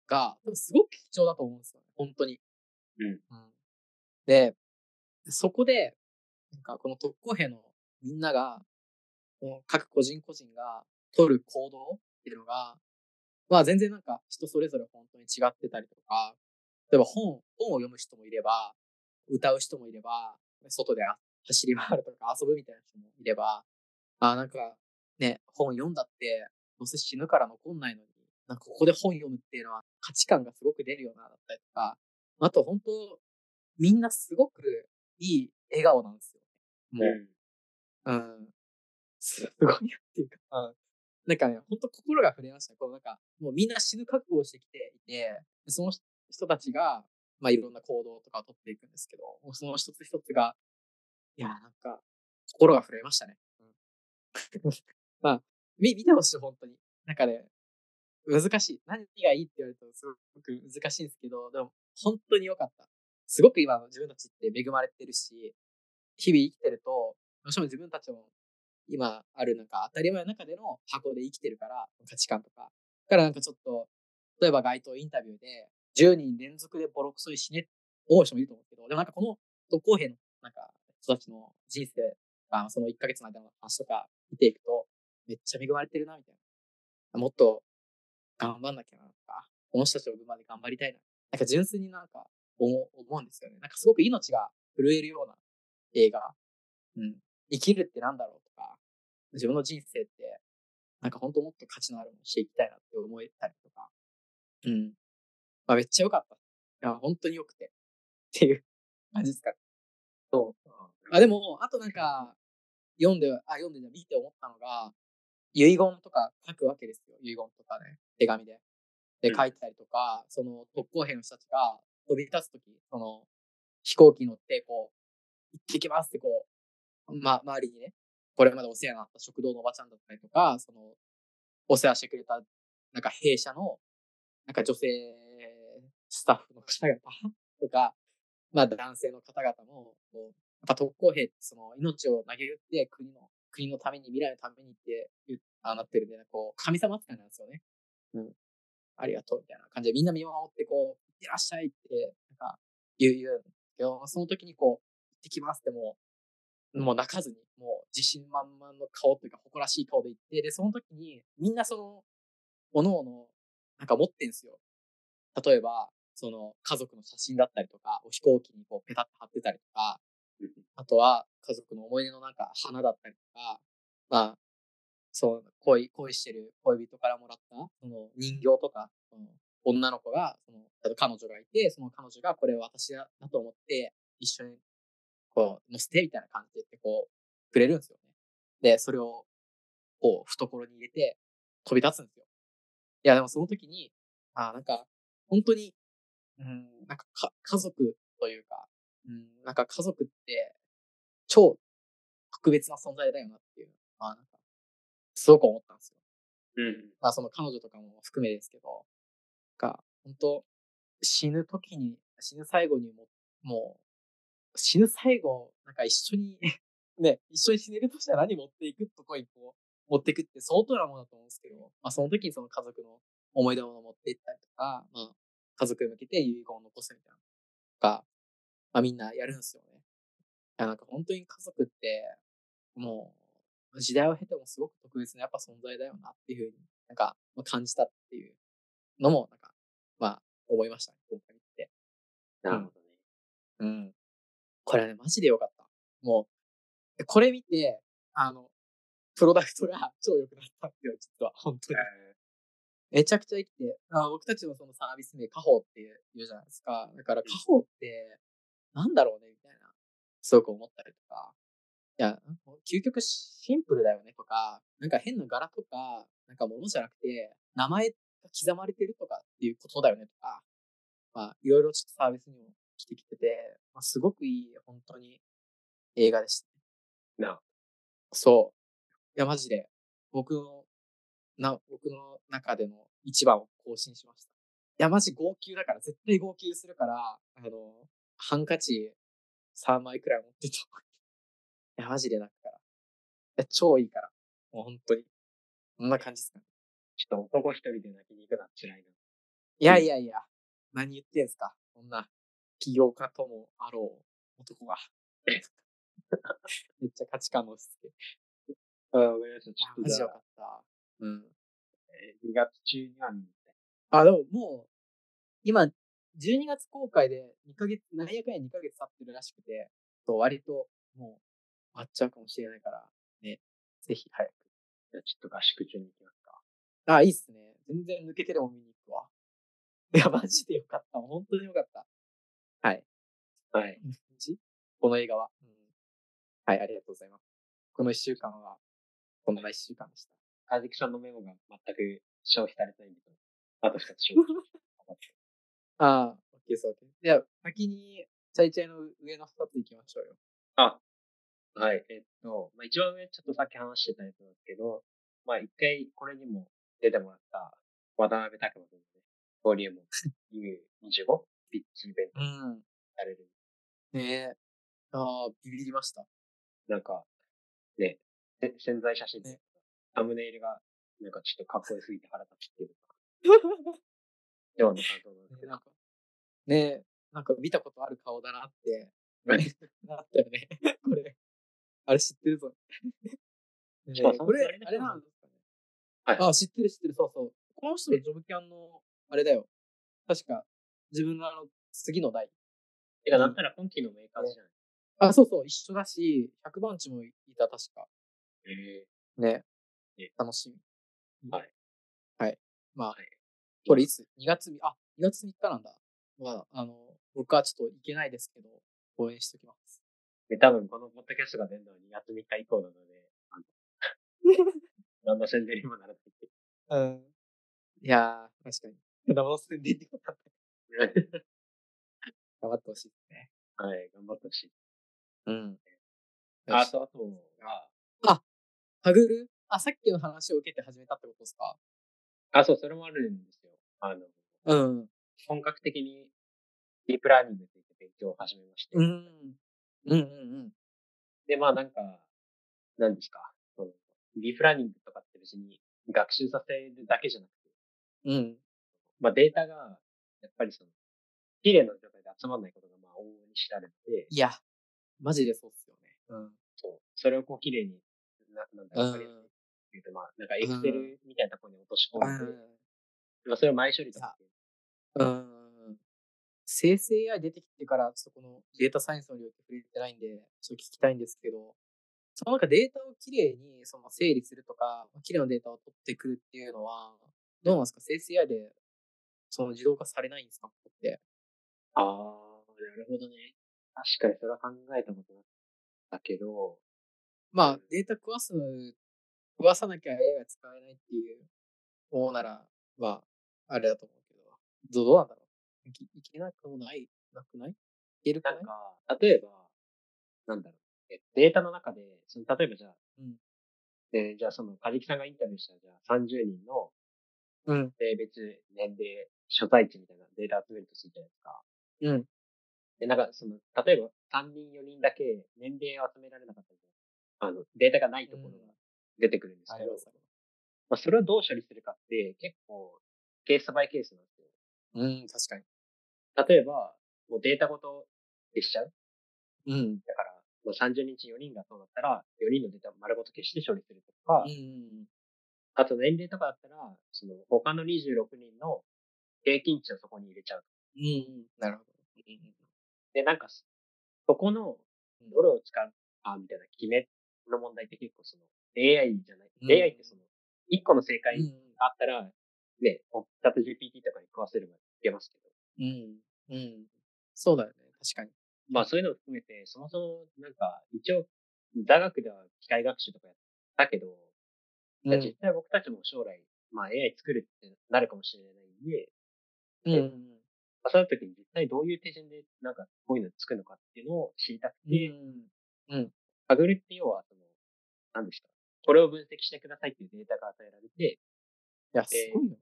Speaker 1: が、多分すごく貴重だと思うんですよね。本当に。
Speaker 2: うん
Speaker 1: で、そこで、なんかこの特攻兵のみんなが、もう各個人個人が取る行動っていうのが、まあ全然なんか人それぞれ本当に違ってたりとか、例えば本、本を読む人もいれば、歌う人もいれば、外で走り回るとか遊ぶみたいな人もいれば、あ、なんかね、本読んだって、どうせ死ぬから残んないのに、なんかここで本読むっていうのは価値観がすごく出るよな、だったりとか、あと本当、みんなすごくいい笑顔なんですよ。もう、うんすごいなっていうか、うん、なんかね、本当心が触れました。このなんか、もうみんな死ぬ覚悟をしてきていて、その人人たちが、まあいろんな行動とかを取っていくんですけど、もうその一つ一つが、いや、なんか、心が触れましたね。うん、 まあ、み見てほしい、本当に。なんかね、難しい。何がいいって言われたらすごく難しいんですけど、でも、本当に良かった。すごく今の自分たちって恵まれてるし、日々生きてると、どうしても自分たちも今あるなんか当たり前の中での箱で生きてるから、価値観とか。だからなんかちょっと、例えば街頭インタビューで、10人連続でボロクソに死ねって思う人もいると思うけど、でもなんかこの特攻兵のなんか人たちの人生とか、その1ヶ月の間の話とか見ていくと、めっちゃ恵まれてるな、みたいな。もっと頑張んなきゃな、とか、この人たちの分まで頑張りたいな。なんか純粋になんか思う思うんですよね。なんかすごく命が震えるような映画。うん。生きるってなんだろうとか、自分の人生って、なんか本当もっと価値のあるものにしていきたいなって思えたりとか。うん。まあめっちゃ良かった。いや、本当に良くて。っていう感じですかね。そう。あ、でも、あとなんか、読んで、あ、読んでじゃない見て思ったのが、遺言とか書くわけですよ。遺言とかね。手紙で。で、
Speaker 2: うん
Speaker 1: 書いてたりとか、その特攻兵の人たちが飛び立つとき、その飛行機に乗って、こう、行ってきますってこう、ま、周りにね、これまでお世話になった食堂のおばちゃんだったりとか、その、お世話してくれた、なんか弊社の、なんか女性スタッフの方々とか、まあ男性の方々も、こうやっぱ特攻兵ってその命を投げ打って国の、国のために未来のためにって言うあなってるんで、こう、神様扱いなんですよね。うん。ありがとうみたいな感じで、みんな見守ってこう、いってらっしゃいって、なんか、言う、言うんですけど、その時にこう、行ってきますってもう、もう泣かずに、もう自信満々の顔というか、誇らしい顔で行って、で、その時に、みんなその、おのおの、なんか持ってんすよ。例えば、その、家族の写真だったりとか、お飛行機にこう、ペタッと貼ってたりとか、あとは、家族の思い出のなんか、花だったりとか、まあ、そう、恋、恋してる恋人からもらった、その人形とか、その女の子が、その、あと彼女がいて、その彼女がこれ私だだと思って、一緒に、こう、乗せてみたいな感じで言って、こう、くれるんですよね。で、それを、こう、懐に入れて、飛び立つんですよ。いや、でもその時に、あーなんか、本当に、うん、なんかか、家族というか、うん、なんか家族って、超特別な存在だよなっていうのは、なんか、すごく思ったんですよ。まあその彼女とかも含めですけど、が、本当死ぬ時に、死ぬ最後にも、もう、死 ぬ最後、なんか一緒に、ね、一緒に死ねるとしたら何持っていくとこにこう、持ってくって相当なものだと思うんですけど、まあ、その時にその家族の思い出物を持って行ったりとか、まあ、家族に向けて遺言を残すみたいなのとか、まあ、みんなやるんですよね。いや、なんか本当に家族って、もう、時代を経てもすごく特別なやっぱ存在だよなっていうふうになんかまあ感じたっていうのも、なんか、まあ、思いましたね、今回見て。
Speaker 2: なるほどね。
Speaker 1: うん。これはね、マジでよかった。もう、これ見て、あの、プロダクトが超良くなったんですよ、実は。本当に。めちゃくちゃ生きて、あ僕たちのそのサービス名、カホっていう言うじゃないですか。だから、カホって、なんだろうね、みたいな、すごく思ったりとか。いや、究極シンプルだよね、とか、なんか変な柄とか、なんか物じゃなくて、名前が刻まれてるとかっていうことだよね、とか。まあ、いろいろちょっとサービスにも来てきてて、まあ、すごくいい、本当に、映画でした。
Speaker 2: なあ
Speaker 1: そう。いや、マジで、僕の、な、僕の中での一番を更新しました。いや、マジ号泣だから、絶対号泣するから、あの、ハンカチ3枚くらい持ってた。いや、マジで泣くから。いや、超いいから。もう本当に。こんな感じですかね。
Speaker 2: ちょっと男一人で泣きに行くのは辛いな。
Speaker 1: いやいやいや、何言ってんすか。こんな、起業家ともあろう男が。 めっちゃ価値観の押し付け。
Speaker 2: ああ、わかりました。
Speaker 1: いやマジよかった。うん。
Speaker 2: 2月中には見に行きたい
Speaker 1: あ、でももう、今、12月公開で2ヶ月、何やかんや2ヶ月経ってるらしくて、と割ともう、終わっちゃうかもしれないから、ね、ぜひ早く。
Speaker 2: じゃあちょっと合宿中に行きますか。
Speaker 1: あ、いいっすね。全然抜けてでも見に行くわ。 いや、マジでよかった。本当によかった。はい。
Speaker 2: はい。
Speaker 1: この映画は、うん。はい、ありがとうございます。この1週間は、こんな1週間でした。
Speaker 2: カズキさんのメモが全く消費されてないんで、あと2つ消費。
Speaker 1: ああ、オッケーそうです。じゃあ、先に、チャイチャイの上の2つ行きましょうよ。
Speaker 2: はい。えっと、まあ、一番上、ちょっとさっき話してたやつなんですけど、まあ、一回、これにも出てもらった、渡辺拓馬君のね、ボリューム U25? ピッチイベント
Speaker 1: うん。
Speaker 2: される。
Speaker 1: ねえ。ああ、ビビりました。
Speaker 2: なんか、ね、せ潜在写真で
Speaker 1: ね、
Speaker 2: サムネイルが、なんかちょっとかっこよすぎて腹立つっていうか。ジョンの担当なんですけ
Speaker 1: ね
Speaker 2: ど
Speaker 1: なんか、ねえ、なんか見たことある顔だなって、ね なったよね。これ。あれ知ってるぞ。 ね
Speaker 2: しかも
Speaker 1: え
Speaker 2: その
Speaker 1: これ
Speaker 2: 隣、の人
Speaker 1: あれなんですかね。
Speaker 2: はい
Speaker 1: あ、知ってる知ってる、そうそう。この人のジョブキャンの、あれだよ。確か、自分のあの、次の代。
Speaker 2: てか、なんなら今期のメーカーじゃない。
Speaker 1: あ、そうそう、一緒だし、100番地もいた、確か。
Speaker 2: え
Speaker 1: ね。
Speaker 2: ね
Speaker 1: 楽しみ。
Speaker 2: はい。
Speaker 1: はい。まあ
Speaker 2: い、
Speaker 1: これいつ ?2 月み、あ、2月3日なんだ。まあ、あの、僕はちょっと行けないですけど、応援しておきます。
Speaker 2: で、多分このポッドキャストが出るのは2月3日以降なので、あの 何の宣伝にもならないってい
Speaker 1: うん。いやー、確かに。生の宣伝にもなって
Speaker 2: う。
Speaker 1: 頑張ってほしいですね。
Speaker 2: はい、頑張ってほしい。
Speaker 1: うん。
Speaker 2: あ
Speaker 1: あ、
Speaker 2: と、あとは、
Speaker 1: ハグルあ、さっきの話を受けて始めたってことですか
Speaker 2: あ、そう、それもあるんですよ。あの、
Speaker 1: うん。
Speaker 2: 本格的にディープラーニングについて勉強を始めまして。
Speaker 1: うん。うんうんうん。
Speaker 2: で、まあなんか、なんですか、そのディープラーニングとかって別に学習させるだけじゃなくて、
Speaker 1: うん。
Speaker 2: まあデータが、やっぱりその、綺麗な状態で集まらないことがまあ往々に知られて、
Speaker 1: いや、マジでそうっすよね。うん。
Speaker 2: そうそれをこう綺麗に、ななんだろう、わかりやすく言うと、まあ、なんかエクセルみたいなところに落とし込んで、まあ、それを前処理とかって、
Speaker 1: うん。生成 AI 出てきてから、ちょっとこのデータサイエンスの領域触れてないんで、ちょっと聞きたいんですけど、そのなんかデータをきれいにその整理するとか、きれいなデータを取ってくるっていうのは、どうなんですか生成 AI でその自動化されないんですかここって。
Speaker 2: ああ、なるほどね。確かにそれは考えたことなかったけど、
Speaker 1: まあ、データ壊す、壊さなきゃ AI が使えないっていうものなら、まあ、あれだと思うけど、どどうなんだろういけいけなくもないなくないいけるく
Speaker 2: な
Speaker 1: ない
Speaker 2: んか、例えば、なんだろう、えデータの中で、その例えばじゃあ、
Speaker 1: うん
Speaker 2: でじゃあその、カジキさんがインタビューした、じゃあ30人の
Speaker 1: うん。
Speaker 2: 性別、年齢、所在地みたいなデータ集めるとするじゃないですか。
Speaker 1: うん。
Speaker 2: で、なんか、その、例えば3人、4人だけ年齢を集められなかったりとかあの、データがないところが出てくるんですけど、まあ、それをどう処理するかって結構ケースバイケースなんですよ。
Speaker 1: うん、確かに。
Speaker 2: 例えば、もうデータごと消しちゃう。
Speaker 1: うん。
Speaker 2: だから、もう30日4人がそうだったら、4人のデータを丸ごと消して処理するとか、
Speaker 1: うん。
Speaker 2: あと年齢とかだったら、その他の26人の平均値をそこに入れちゃう。
Speaker 1: うん。なるほど。うん
Speaker 2: で、なんかそ、そこのどれを使うかみたいな決めの問題って結構その AI じゃない、
Speaker 1: うん
Speaker 2: AI ってその1個の正
Speaker 1: う
Speaker 2: 解
Speaker 1: ん。
Speaker 2: があったら、ね、チャット GPT とかに食わせればいけますけど、
Speaker 1: うん。うん。そうだよね。確かに。
Speaker 2: まあそういうのを含めて、そもそもなんか一応座学では機械学習とかやったけど、
Speaker 1: うん
Speaker 2: 実際僕たちも将来、まあ AI 作るってなるかもしれないんで、
Speaker 1: うんうん。
Speaker 2: まあそういう時に実際どういう手順でなんかこういうの作るのかっていうのを知りたくて、
Speaker 1: うん。
Speaker 2: 探るって要は、その、何ですか。これを分析してくださいっていうデータが与えられて、
Speaker 1: いや、すごいよね。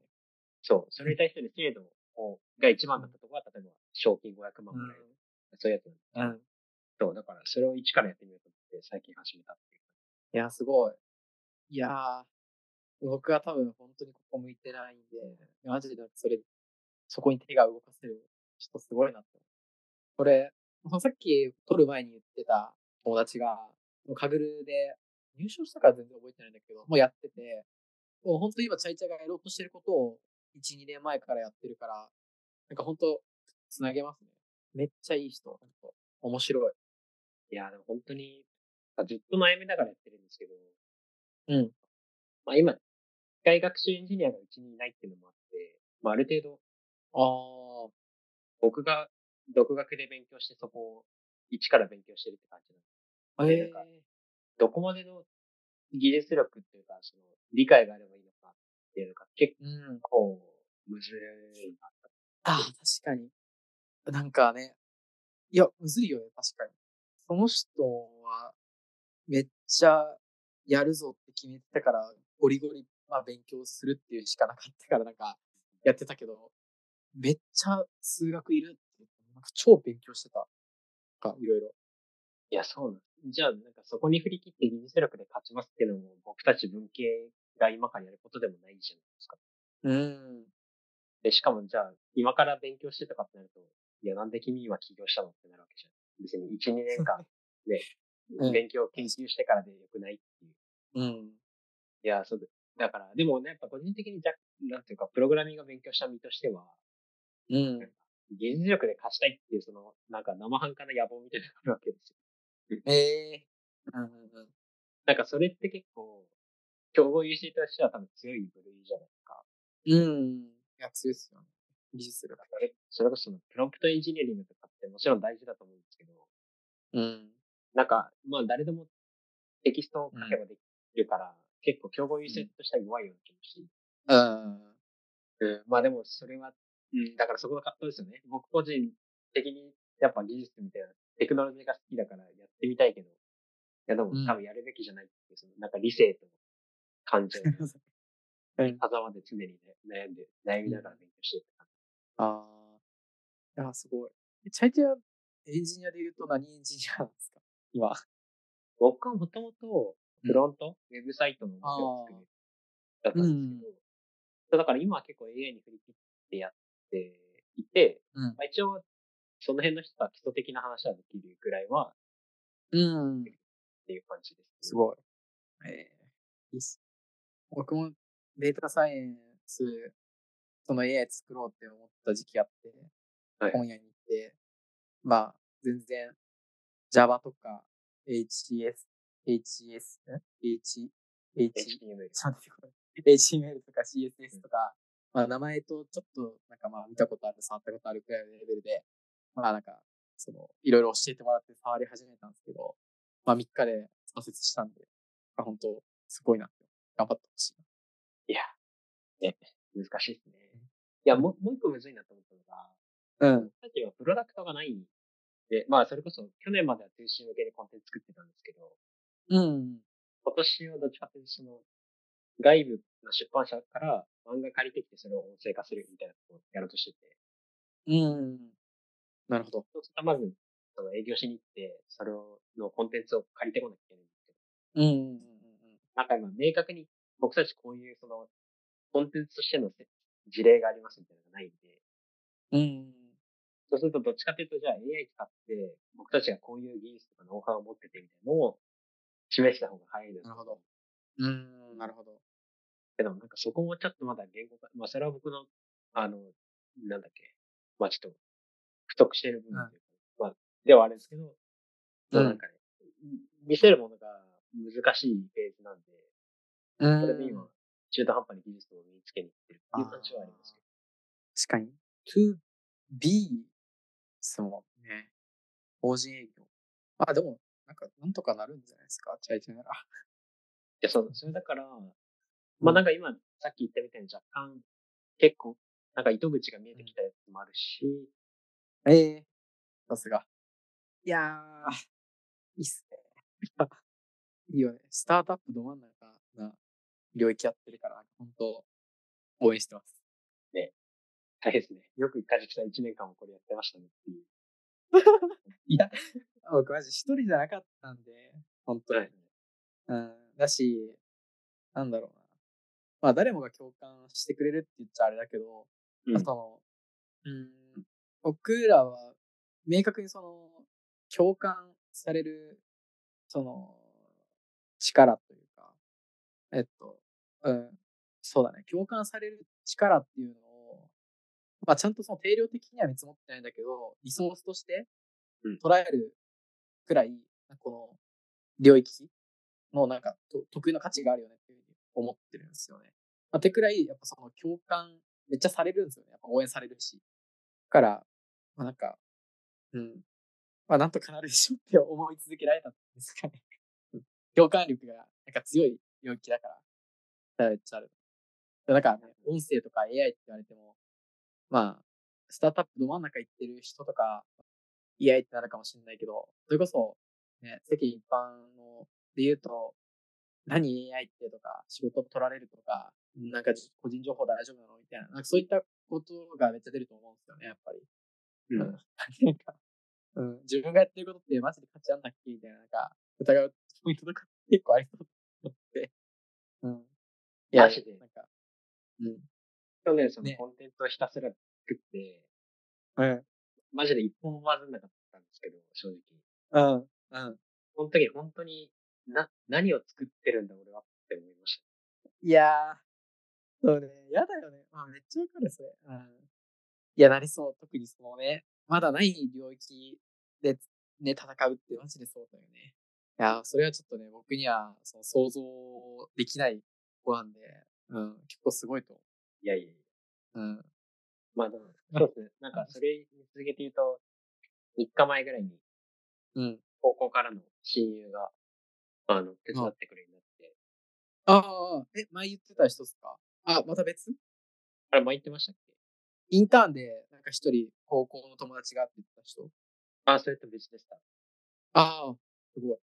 Speaker 2: そう、それに対する精度をが一番だったところは、例えば、賞金500万ぐらい、そういうやつなんです
Speaker 1: うん。
Speaker 2: そう、だから、それを一からやってみようと思って、最近始めたっていう。
Speaker 1: いや、すごい。いやー、僕は多分本当にここ向いてないんで、マジでなんかそれ、そこに手が動かせる人すごいなって思う。これ、さっき撮る前に言ってた友達が、もうカグルで入賞したから全然覚えてないんだけど、もうやってて、もう本当今チャイチャがやろうとしてることを1、2年前からやってるから、なんか本当、つなげますね。めっちゃいい人、本当面白い。
Speaker 2: いやー、でも本当に、まあずっと悩みながらやってるんですけど、
Speaker 1: うん。
Speaker 2: まあ今、機械学習エンジニアがうちにいないっていうのもあって、まあある程度、
Speaker 1: ああ、
Speaker 2: 僕が独学で勉強して、そこを一から勉強してるって感じなんで
Speaker 1: え
Speaker 2: なんかどこまでの技術力っていうか、その、理解があればいいのかっていうのが結
Speaker 1: えうん。
Speaker 2: 構、むずいな。
Speaker 1: ああ、確かに。なんかね、いや、むずいよね、確かに。その人は、めっちゃやるぞって決めてたから、ゴリゴリ、まあ、勉強するっていうしかなかったから、なんか、やってたけど、めっちゃ数学いるって、なんか超勉強してた。なんか、いろいろ。
Speaker 2: いや、そうなんじゃあ、なんかそこに振り切って技術力で勝ちますっていうのも、僕たち文系が今からやることでもないじゃないですか。
Speaker 1: うん。
Speaker 2: で、しかもじゃあ、今から勉強してとかってなると、いや、なんで君今起業したのってなるわけじゃん。別に1、2年間で、
Speaker 1: うん
Speaker 2: 勉強、研究してからでよくないっていう。
Speaker 1: うん。
Speaker 2: いや、そうだ。だから、でもね、やっぱ個人的にじゃ、なんていうか、プログラミングを勉強した身としては、
Speaker 1: うん。
Speaker 2: 技術力で勝ちたいっていう、その、なんか生半可な野望みたいなのがあるわけですよ。
Speaker 1: ええうんうんうん。
Speaker 2: なんかそれって結構、競合 UC としては多分強い部類じゃないですか。
Speaker 1: うん。いや、強いっすよね。技術力。
Speaker 2: それそれこそそのプロンプトエンジニアリングとかってもちろん大事だと思うんですけど、
Speaker 1: うん。
Speaker 2: なんか、まあ誰でもテキストを書けばできるから、結構競合 UC としては弱いような気もして、
Speaker 1: うん。
Speaker 2: うん、まあでもそれは、うん、だからそこの葛藤ですよね。僕個人的にやっぱ技術みたいなテクノロジーが好きだからやってみたいけど、いやでも
Speaker 1: うん
Speaker 2: 多分やるべきじゃないっていう、そのなんか理性と感情の
Speaker 1: うん
Speaker 2: 狭間で常に、ね、悩んで、悩みながら勉強してるって感
Speaker 1: ああ。いや、すごい。えチャイティア、エンジニアで言うと何エンジニアなんですか今。
Speaker 2: じ。僕はもともとフロント、ウェブサイトのを作るだったんですけど、そうだから今は結構 AI に振り切ってやっていて、
Speaker 1: うん
Speaker 2: ま。あ、一応その辺の人は基礎的な話はできるぐらいは
Speaker 1: うん。
Speaker 2: っていう感じです、
Speaker 1: すごい。えー、いいっす。僕もデータサイエンス、その AI 作ろうって思った時期あって、
Speaker 2: はい
Speaker 1: 本屋に行って、まあ、全然 Java とか HCS、HCS、H、H、
Speaker 2: HTML。
Speaker 1: ちょっと待ってこれ HTML とか CSS とか、まあ名前とちょっとなんかまあ見たことある、触ったことあるくらいのレベルで、まあなんか、その、いろいろ教えてもらって触り始めたんですけど、まあ3日で挫折したんで、まあ本当すごいなって、頑張ってほしい
Speaker 2: いや、ね、難しいですね。いや、もう、もう一個むずいなと思ったのが、
Speaker 1: な。う
Speaker 2: 僕たちはプロダクトがないんで、まあ、それこそ去年までは中心向けにコンテンツ作ってたんですけ
Speaker 1: ん。
Speaker 2: ど、
Speaker 1: うん。
Speaker 2: 今年はどっちかというと、その、外部の出版社から漫画借りてきてそれを音声化するみたいなことをやろうとしてて、
Speaker 1: うん。なるほど。
Speaker 2: そうするとまず、その営業しに行って、それを、のコンテンツを借りてこなきゃいけないんですけ
Speaker 1: う
Speaker 2: ど、
Speaker 1: ん。うんうんうん
Speaker 2: なんか今明確に僕たちこういうその、コンテンツとしてのせ事例がありますみたいなのがない
Speaker 1: う
Speaker 2: んで、
Speaker 1: ん。
Speaker 2: そうするとどっちかというとじゃあ AI 使って、僕たちがこういう技術とかノウハウを持っててみたいなのを示した方が早いです。
Speaker 1: なるほどうん、なるほど。
Speaker 2: けど、なんかそこもちょっとまだ言語化、まあそれは僕の、あの、なんだっけ、まあちょっと、不足している部分というか、まあ、ではあるんですけど、そうなんかね、見せるものが難しいページなんで、
Speaker 1: う
Speaker 2: それで今、中途半端に技術を身につけにいってるっていう感じはありますけ
Speaker 1: 確かに。to be, そのね、法人営業。まあでも、なんか、なんとかなるんじゃないですか、チャイチャなら。
Speaker 2: ど。いや、そう、それだから、まあなんか今、さっき言ったみたいに若干、結構、なんか糸口が見えてきたやつもあるし、
Speaker 1: ええさすが。いやー、いいっすね。 いいよね。スタートアップど真ん中な領域やってるから、本当応援してます。
Speaker 2: 大変ですね。よく梶木さん1年間もこれやってましたねっていう。
Speaker 1: 僕マジ一人じゃなかったんで、本当に。
Speaker 2: はい
Speaker 1: うん。だし、なんだろうな。まあ誰もが共感してくれるって言っちゃあれだけど、
Speaker 2: うん
Speaker 1: その、うん、僕らは明確にその、共感される、その、力というか、えっと、うん、そうだね、共感される力っていうのを、まあちゃんとその定量的には見積もってないんだけど、リソースとして
Speaker 2: うん
Speaker 1: 捉えるくらい、この領域のなんかと得意な価値があるよねっていうふうに思ってるんですよね。まあ、てくらい、やっぱその共感めっちゃされるんですよね。やっぱ応援されるし。だから、まあなんか、うん。まあなんとかなるでしょって思い続けられたんですかね。 うん共感力がなんか強い領域だから。だからめっちゃある。でなんか、ね、音声とか AI って言われても、まあ、スタートアップど真ん中行ってる人とか、AI ってなるかもしれないけど、それこそ、ね、世間一般ので言うと、何 AI ってとか、仕事取られるとか、なんか個人情報大丈夫なのみたいな、なんかそういったことがめっちゃ出ると思うんですよね、やっぱり。
Speaker 2: うん
Speaker 1: なんか、うん、自分がやってることってマジで価値あんなっけみたいな、なんか、疑うポイントとか結構ありそうと思って。うん。い
Speaker 2: マジで
Speaker 1: なんか、うん。
Speaker 2: 去年その
Speaker 1: ね
Speaker 2: コンテンツをひたすら作って、
Speaker 1: うん。
Speaker 2: マジで一本もバズんなかったんですけど、正直。
Speaker 1: うん。うん。
Speaker 2: その時本当に、な、何を作ってるんだ俺はって思いまし
Speaker 1: いやー、そうね、やだよね。まあ、めっちゃわかる、それ。うん。いや、なりそう。特にそのね、まだない領域で、ね、戦うってマジでそうだよね。いやー、それはちょっとね、僕には、その想像できない子なんで、うん、結構すごいと思
Speaker 2: た。いやいやいや。
Speaker 1: う。うん。
Speaker 2: まあでも、そうですね。なんかそれに続けて言うと、3日前ぐらいに
Speaker 1: うん。
Speaker 2: 高校からの親友が、あの、手伝ってくれるようになって、
Speaker 1: ああ、え、前言ってた人っすかあ、また別
Speaker 2: あれ前言ってましたっけ
Speaker 1: インターンで、なんか一人、高校の友達がって言ってた人
Speaker 2: あ、それと別でした。
Speaker 1: ああ、すごい。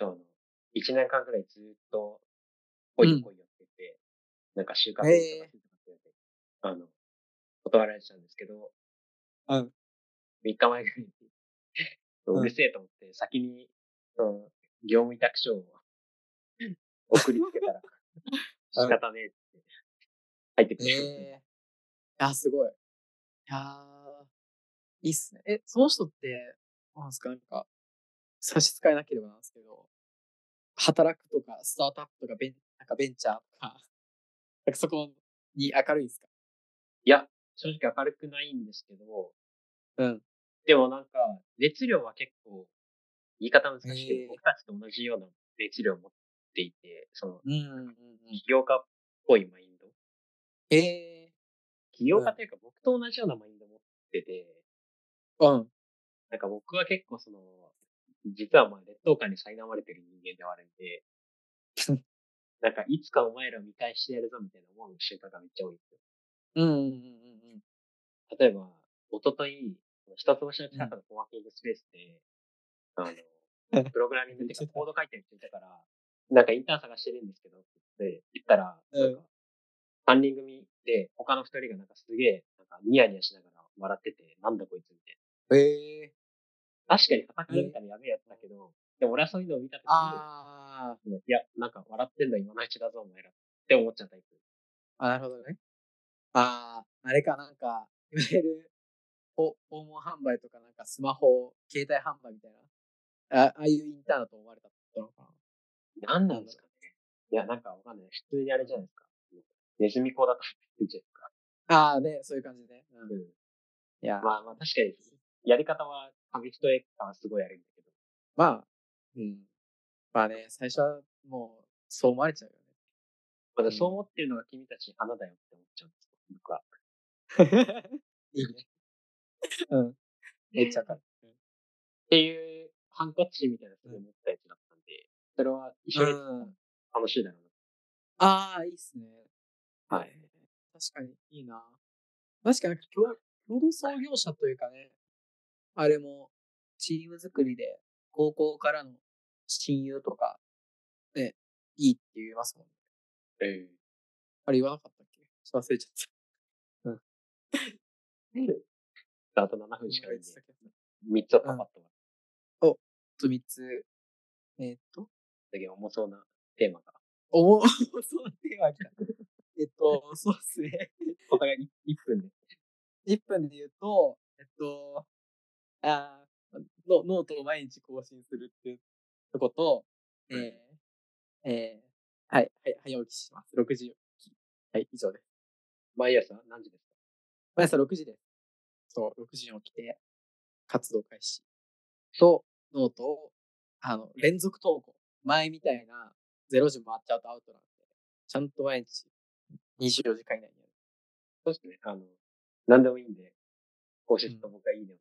Speaker 2: あの、1年間ぐらいずっと、こいこいやってて、なんか就活とか
Speaker 1: へ
Speaker 2: し
Speaker 1: え
Speaker 2: てとかって、あの、断られてたんですけど、
Speaker 1: うん。
Speaker 2: 3日前ぐらいに、
Speaker 1: ん
Speaker 2: うるせえと思って、先に、その、業務委 託書を送りつけたら、仕方ねえって、入ってくる、
Speaker 1: ええあ、すごい。いやーいいっすね。え、その人って、なんすか、なんか、差し支えなければなんですけど、働くとか、スタートアップとか、ベンなんかベンチャーとか、 なんかそこに明るいですか
Speaker 2: いや、正直明るくないんですけど、
Speaker 1: うん。
Speaker 2: でもなんか、熱量は結構、言い方難しいけ
Speaker 1: へえ
Speaker 2: ど、僕たちと同じような熱量を持っていて、その、
Speaker 1: うん、うん、うん。
Speaker 2: 起業家っぽいマインド。
Speaker 1: ええ
Speaker 2: 起業家というか、僕と同じようなマインドを持ってて、
Speaker 1: うん。
Speaker 2: なんか僕は結構その、実はまあ劣等感に苛まれてる人間ではあるんで、 なんかいつかお前らを見返してやるぞみたいな思う瞬間がめっちゃ多いんですよ。
Speaker 1: うん、うん、うん、うん。
Speaker 2: 例えば、一昨日一つ星の近くのコワーキングスペースで、あ
Speaker 1: うん
Speaker 2: の、プログラミングっていうかコード書いてる人いたから、なんかインターン探してるんですけどって言って言ったら、
Speaker 1: うん
Speaker 2: なんか3人組で他の2人がなんかすげえ、なんかニヤニヤしながら笑ってて、なんだこいつみたいな。
Speaker 1: ええ
Speaker 2: 確かに叩かれたらやべえやつだけど、でも俺はそういうのを見たとき
Speaker 1: あ
Speaker 2: に、いや、なんか笑ってんだ今のうちだぞ、お前ら。って思っちゃったタイプ。
Speaker 1: あ、なるほどね。ああ、あれかなんか、いわゆる、ほ訪問販売とかなんかスマホ、携帯販売みたいな、あああいうインターンだと思われたったのかな。
Speaker 2: なんなんですかね。いや、なんかわかんない。普通にあれじゃないですか。ネズミ講だと思ってんじゃないですか。
Speaker 1: ああ、ね、そういう感じね。うん、いや、
Speaker 2: まあまあ確かに、やり方は紙一重感はすごいあるんだけど。
Speaker 1: まあ、うん。まあね、最初はもう、そう思われちゃうよね。
Speaker 2: まだそう思ってるのが君たち花だよって思っちゃうんですよ、僕は。
Speaker 1: いいね。うん。めっちゃわかる。
Speaker 2: っていう、ハンカチみたいなのを持ったやつだったんで、それは一緒に
Speaker 1: うん
Speaker 2: 楽しいだろう
Speaker 1: ああ、いいっすね。
Speaker 2: な。はい。
Speaker 1: 確かに、いいな。確かに、共共同創業者というかね、あれも、チーム作りで、高校からの親友とか、ね、いいって言いますもんね。
Speaker 2: え
Speaker 1: あれ言わなかったっけちょっと忘れちゃった。
Speaker 2: えあと7分しかないんで
Speaker 1: ち、
Speaker 2: 3つはパパッと。
Speaker 1: ょっと3つ、えーっと、
Speaker 2: だけど重そうなテーマが。
Speaker 1: おお、 そうでは来た。えっと、そうっすね。
Speaker 2: お互い1分で。
Speaker 1: 1分で言うと、えっと、あーのノートを毎日更新するっていうとこと、え
Speaker 2: うん
Speaker 1: ー、えー、はい、はい、早起きします。6時起き。はい、以上です。
Speaker 2: 毎朝何時ですか
Speaker 1: 毎朝6時です。そう、6時に起きて、活動開始。と、ノートを、あの、連続投稿。前みたいな、0時回っちゃうとアウトなんで、ちゃんと毎日、24時間以内にやる。
Speaker 2: そうですね。あの、何でもいいんで、こうしてと僕はいいね。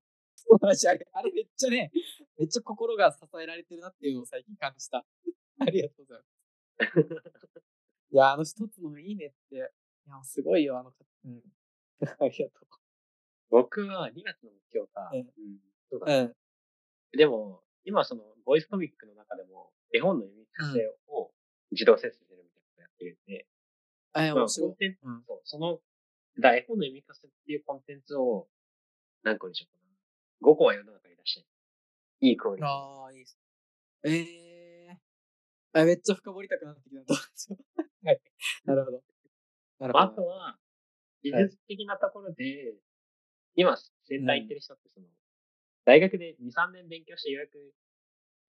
Speaker 1: 私、あれ、あれめっちゃね、めっちゃ心が支えられてるなっていうのを最近感じた。ありがとうございます。いや、あの一つのいいねって、いや、すごいよ、あの、うん。 ありがと
Speaker 2: 僕は2月の目標か、
Speaker 1: うん
Speaker 2: んそうだ
Speaker 1: う。うん。
Speaker 2: でも、今その、ボイスコミックの中でも、絵本の読み聞かせを自動生成するみたいなことやってるんで、
Speaker 1: あ、いや
Speaker 2: まあ
Speaker 1: 面白
Speaker 2: コ
Speaker 1: い
Speaker 2: ン。テンツ
Speaker 1: うん。
Speaker 2: そうその、だから絵本の読み聞かせっていうコンテンツを、何個にしようかな。5個は世の中に出したい。いいクオリティ。
Speaker 1: ああ、いいです。ええー。あ、めっちゃ深掘りたくなってきた。 はい。なるほど。なる
Speaker 2: まあ、あ
Speaker 1: ほ
Speaker 2: と
Speaker 1: ど。
Speaker 2: は、技術的なところで、今、先代行ってる人って、その、大学で2、3年勉強してようやく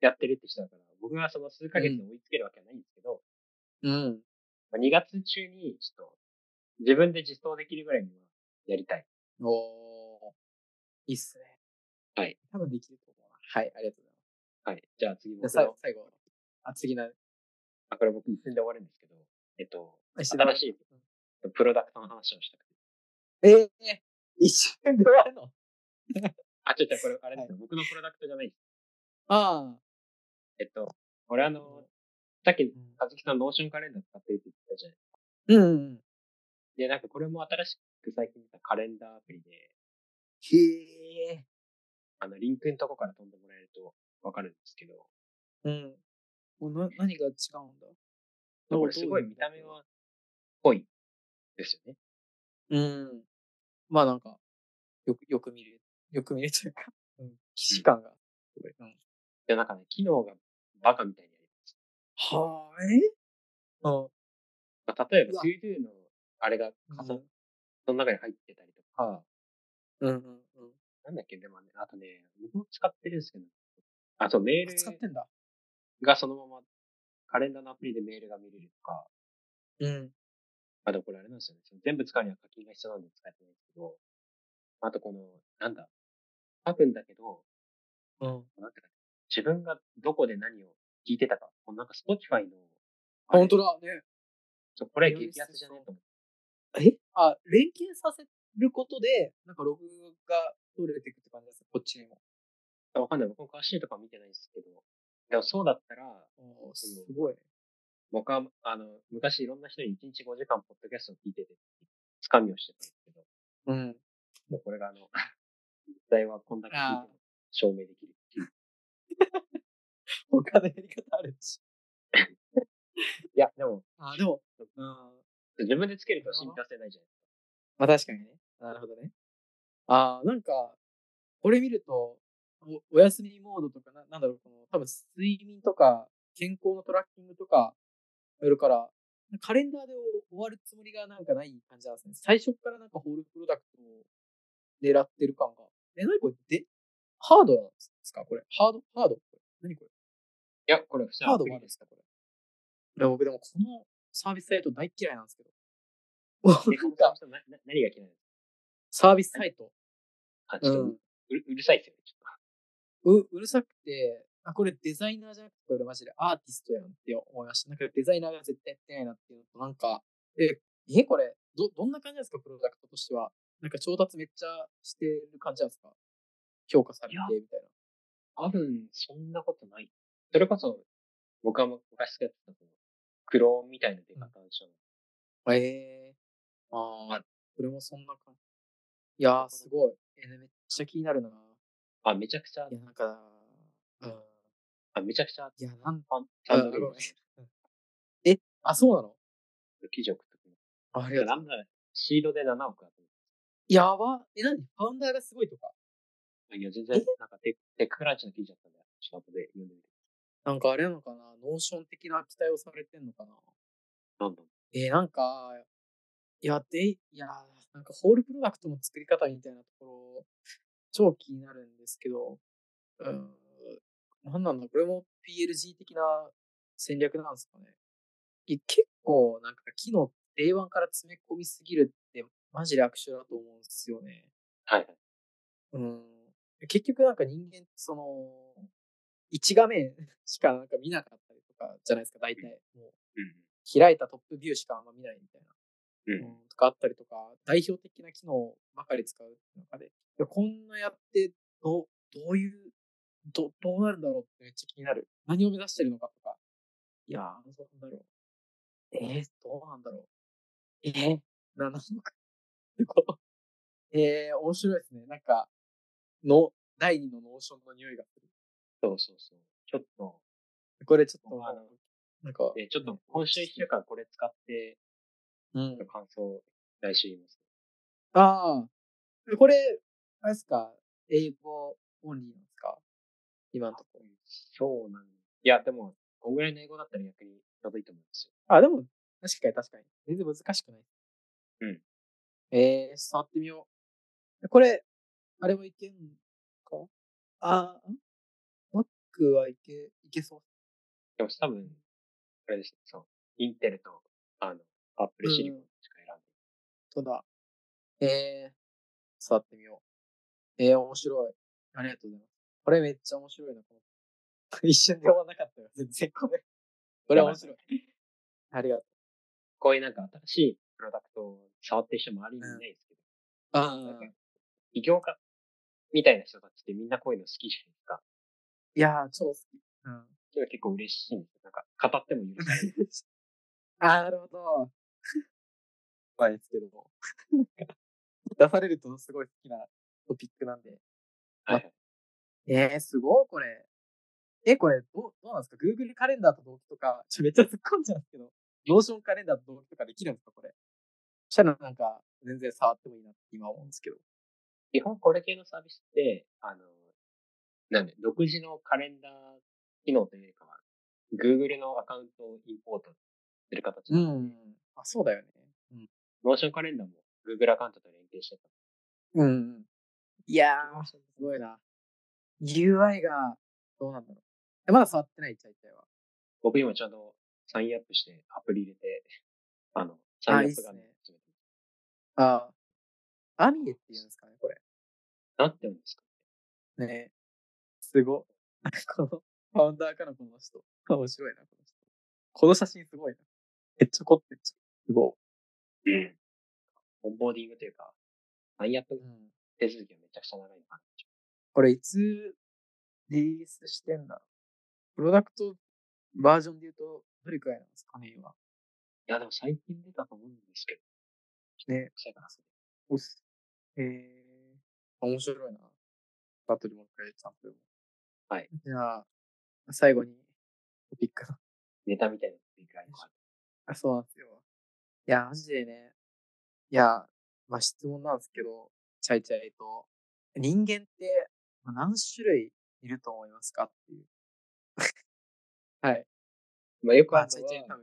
Speaker 2: やってるって人だから、僕はその数ヶ月で追いつけるわけはないんですけど、
Speaker 1: うん。
Speaker 2: まあ、2月中に、ちょっと、自分で実装できるぐらいにはやりたい。
Speaker 1: おお。いいっすね。
Speaker 2: はい。
Speaker 1: 多分できると思うな。はい、ありがとうございます。
Speaker 2: はい。じゃあ次
Speaker 1: じゃあ
Speaker 2: 僕
Speaker 1: 最
Speaker 2: の
Speaker 1: 後、、最後。あ、次の、
Speaker 2: あ、これ僕一瞬で終わるんですけど、えっと、
Speaker 1: 石田
Speaker 2: 新しいプロダクトの話をしたくて。
Speaker 1: ええ一瞬で終わるの
Speaker 2: あ、ちょっとこれ、あれですよ。僕のプロダクトじゃないです。
Speaker 1: ああ。
Speaker 2: えっと、これあの、さっき
Speaker 1: う、ん
Speaker 2: かずきさん、ノーションカレンダー使ってるって言ってたじゃないですか
Speaker 1: うんうん。
Speaker 2: で、なんかこれも新しく最近見たカレンダーアプリで、
Speaker 1: へえ。
Speaker 2: あの、リンクのとこから飛んでもらえるとわかるんですけど、
Speaker 1: うん。おな何が違うんだ
Speaker 2: これすごい見た目。は、ぽいですよね。
Speaker 1: うん。まあなんか、よく、よく見る。よく見るというか、うん。既視感が。うん、
Speaker 2: で、なんかね、機能がバカみたいにあります。
Speaker 1: はあ、えうん。
Speaker 2: まあ、例え
Speaker 1: う
Speaker 2: ば、
Speaker 1: わ
Speaker 2: t ゥ d のあれが仮想、その中に入ってたりとか、
Speaker 1: うんうんうん。
Speaker 2: なんだっけ、でもね、あとね、僕も使ってるんですけど、あとメー
Speaker 1: 使って
Speaker 2: ル
Speaker 1: んだ。
Speaker 2: がそのまま、カレンダーのアプリでメールが見れるとか、
Speaker 1: うん。
Speaker 2: あとこれあれなんですよね。その全部使うには課金が必要なんで使えてないんですけど、あとこの、なんだ、書くんだけど、
Speaker 1: うん。
Speaker 2: なんていうか自分がどこで何を聞いてたか。このなんか Spotify の、あれ
Speaker 1: 本当だね。
Speaker 2: そうこれ激アツじゃねえと思
Speaker 1: えあ、連携させることで、なんかログが取れていくって感じですこっちにも。
Speaker 2: う。わかんない。僕も詳しいとか見てないんですけど。でもそうだったら、
Speaker 1: おーすごいね。
Speaker 2: 僕は、あの、昔いろんな人に1日5時間ポッドキャストを聞いてて、つかみをしてたんですけど、
Speaker 1: うん。
Speaker 2: もうこれがあの、実際はこんだけ聞いても証明できるっていう。
Speaker 1: 他のやり方あるし。
Speaker 2: いや、でも、
Speaker 1: あ、でも、うん。ま
Speaker 2: 自分でつけると信憑性ないじゃない
Speaker 1: あ確かにね。なるほどね。あーなんか、これ見ると、おお休みモードとかな、なんだろう、この、多分睡眠とか、健康のトラッキングとか、やるから、カレンダーで終わるつもりがなんかない感じなんですね。最初からなんかホールプロダクトを狙ってる感が。え、何これで、ハードなんですかこれ。ハードハードこれ何これ
Speaker 2: いや、これ、普通
Speaker 1: ハードがあるんですかこれ。いや、僕でもこのサービスサイト大っ嫌いなん ですけど。なんか、
Speaker 2: なな何が嫌いなの
Speaker 1: サービスサイト。
Speaker 2: あ、ちょっとう、うるうるさいですよね。ちょっと
Speaker 1: う、うるさくて、あ、これデザイナーじゃなくて、これマジでアーティストやんって思いました。なんかデザイナーが絶対やってないなっていうのと、なんか、え、え、これ、ど、どんな感じなんですか、プロダクトとしては。なんか調達めっちゃしてる感じなんですか評価されて
Speaker 2: いや、
Speaker 1: みたいな。
Speaker 2: 多分、そんなことない。それこそ、僕は昔使ってた、その、クローンみたいな出方でしょ。
Speaker 1: ええああ、これもそんな感じ。いやー、すごい。え、めっちゃ気になるな。
Speaker 2: あ、めちゃくちゃ
Speaker 1: い、や、なんか、うん。
Speaker 2: あ、めちゃくちゃ、
Speaker 1: いや、なん
Speaker 2: ファン、フ
Speaker 1: あ
Speaker 2: ァンの
Speaker 1: ごめん え、あ、そうなの
Speaker 2: 記事送っとくね
Speaker 1: あり
Speaker 2: いや
Speaker 1: が
Speaker 2: な
Speaker 1: とう。
Speaker 2: んなら、シードで7億あって
Speaker 1: やば。え、なにファウンダーがすごいとか
Speaker 2: いや、全然、なんかテック、テッククランチの記事だったんで、ちょっと後で読んでみて。
Speaker 1: なんかあれなのかなノーション的な期待をされてんのかな
Speaker 2: なんだろう
Speaker 1: えーなんか、いや、で、いや、なんかホールプロダクトの作り方みたいなところ、超気になるんですけど、うーん、なんなんだ、これも PLG 的な戦略なんですかね。いや結構、なんか機能、令和から詰め込みすぎるって、マジで悪手だと思うんですよね。
Speaker 2: はいはい。
Speaker 1: うん結局なんか人間ってその、一画面 しかなんか見なかったりとかじゃないですか、大体。もう開いたトップビューしかあんま見ないみたいな。
Speaker 2: うん。
Speaker 1: う
Speaker 2: うん。
Speaker 1: んとかあったりとか、代表的な機能ばかり使う中で、いやこんなやって、どう、どういう、ど、どうなるんだろうってめっちゃ気になる。何を目指してるのかとか。いやー、どうなんだろう。えー、どうなんだろう。えー、な、なんのか。 こうえー、面白いですね。なんか、の、第二のノーションの匂いがす
Speaker 2: そうそうそう。ちょっと、
Speaker 1: る。これちょっと、
Speaker 2: あの
Speaker 1: なんか、
Speaker 2: えちょっと、今週1週間これ使って、
Speaker 1: うん。
Speaker 2: 感想を来週言います。
Speaker 1: ああ。これ、あれですか英語オンリーなんですか今のところ。
Speaker 2: そうなんいや、でも、こんぐらいの英語だったら逆にちょうどいいと思うんですよ。
Speaker 1: あ、でも、確かに確かに。全然難しくない。
Speaker 2: うん。
Speaker 1: えー、触ってみよう。これ、あれもいけんかあー、んマックはいけ、いけそう。
Speaker 2: でも多分、あれですね、そう、インテルと、あの、アップルシリコンしか選んでない。
Speaker 1: そうだ。えー、触ってみよう。えー、面白い。ありがとうございます。これめっちゃ面白いな、この 一瞬で終わんなかったよ。全然これ。これ面白い。 ありがとう。
Speaker 2: こういうなんか新しいプロダクトを触ってる人もありにいないですけど、
Speaker 1: あ
Speaker 2: なんか起業家みたいな人たちってみんなこういうの好きじゃないですか。
Speaker 1: いやー、超好き。うん。
Speaker 2: それは結構嬉しいんですよ。なんか、語っても許される。
Speaker 1: あー、なるほ ど。怖いですけども。 なんか出されるとすごい好きなトピックなんで。
Speaker 2: はいはい。
Speaker 1: えー、すごい、これ。え、これ、どう、どうなんですか ?Google カレンダーと同期とか、ちょ、めっちゃ突っ込んじゃうんですけど、Notion カレンダーと同期とかできるんですかこれ。そしたらなんか、全然触ってもいいなって今思うんですけど。
Speaker 2: 基本これ系のサービスって、あの、なんで、独自のカレンダー機能というよりかは、Google のアカウントをインポートする形で、
Speaker 1: ん。あ、そうだよね。うん。
Speaker 2: ノーションカレンダーも Google アカウントと連携してた。
Speaker 1: うん。いやー、すごいな。UI が、どうなんだろう。えまだ触ってない、ちゃいちゃいは。
Speaker 2: 僕今ちょうどサインアップして、アプリ入れて、あの、
Speaker 1: あ
Speaker 2: サインアップ画面
Speaker 1: いいっ
Speaker 2: 始めて
Speaker 1: ああ。アミエって言うんですかね、これ。
Speaker 2: なんて言うんですか
Speaker 1: ねす ご。この、ファウンダーからこの人。面白いな、この人。この写真すごいな。めっちゃ凝ってる。すご
Speaker 2: うん。オンボーディングというか、サインアッ
Speaker 1: い。
Speaker 2: プ
Speaker 1: うん。
Speaker 2: 手続きがめちゃくちゃ長いのかな。
Speaker 1: これいつリリースしてんだろうプロダクトバージョンで言うと、どれくらいなんですかね、今。
Speaker 2: いや、でも最近出たと思うんですけど、
Speaker 1: ね。
Speaker 2: 臭いからそれ
Speaker 1: おす。へえー。面白いな。バトルもう一回ちゃんと。
Speaker 2: はい。
Speaker 1: じゃあ、最後に、トピックの
Speaker 2: ネタみたいなのっていくらいか
Speaker 1: あ、そうなんですよ。いや、マジでね。いや、まあ質問なんですけど、チャイチャイと、人間ってまあ何種類いると思いますかっていう。はい。
Speaker 2: まあよく
Speaker 1: ま
Speaker 2: あ
Speaker 1: あ、
Speaker 2: る
Speaker 1: 最近
Speaker 2: の
Speaker 1: 多
Speaker 2: は、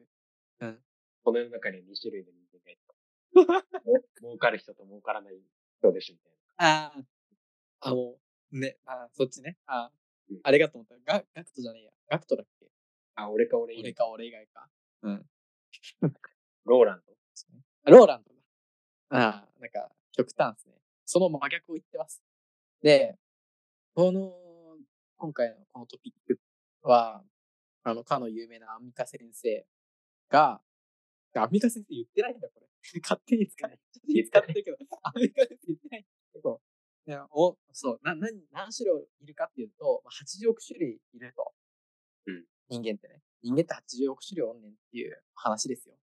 Speaker 1: 分。
Speaker 2: この世の中には2種類の人間がいる。 儲かる人と儲からない人ですみたい
Speaker 1: あーあ、もう、ね、あーそっちね。あー
Speaker 2: うん
Speaker 1: あれかと思った。ガガクトじゃねえや。ガクトだっけ
Speaker 2: な。あ、俺か俺以
Speaker 1: 俺
Speaker 2: 外
Speaker 1: か俺以外か。うん。
Speaker 2: ローランド。
Speaker 1: ローランドだ。ああ、なんか、極端ですね。その真逆を言ってます。で、この、今回のこのトピックは、あの、かの有名なアンミカ先生が、アンミカ先生言ってないんだ、これ。 勝手に使って、勝手に使ってるけど、アンミカ先生言ってない。そう。でおそうな何何種類いるかっていうと、まあ80億種類いると。
Speaker 2: うん
Speaker 1: 人間ってね。人間って80億種類おんねんっていう話ですよ。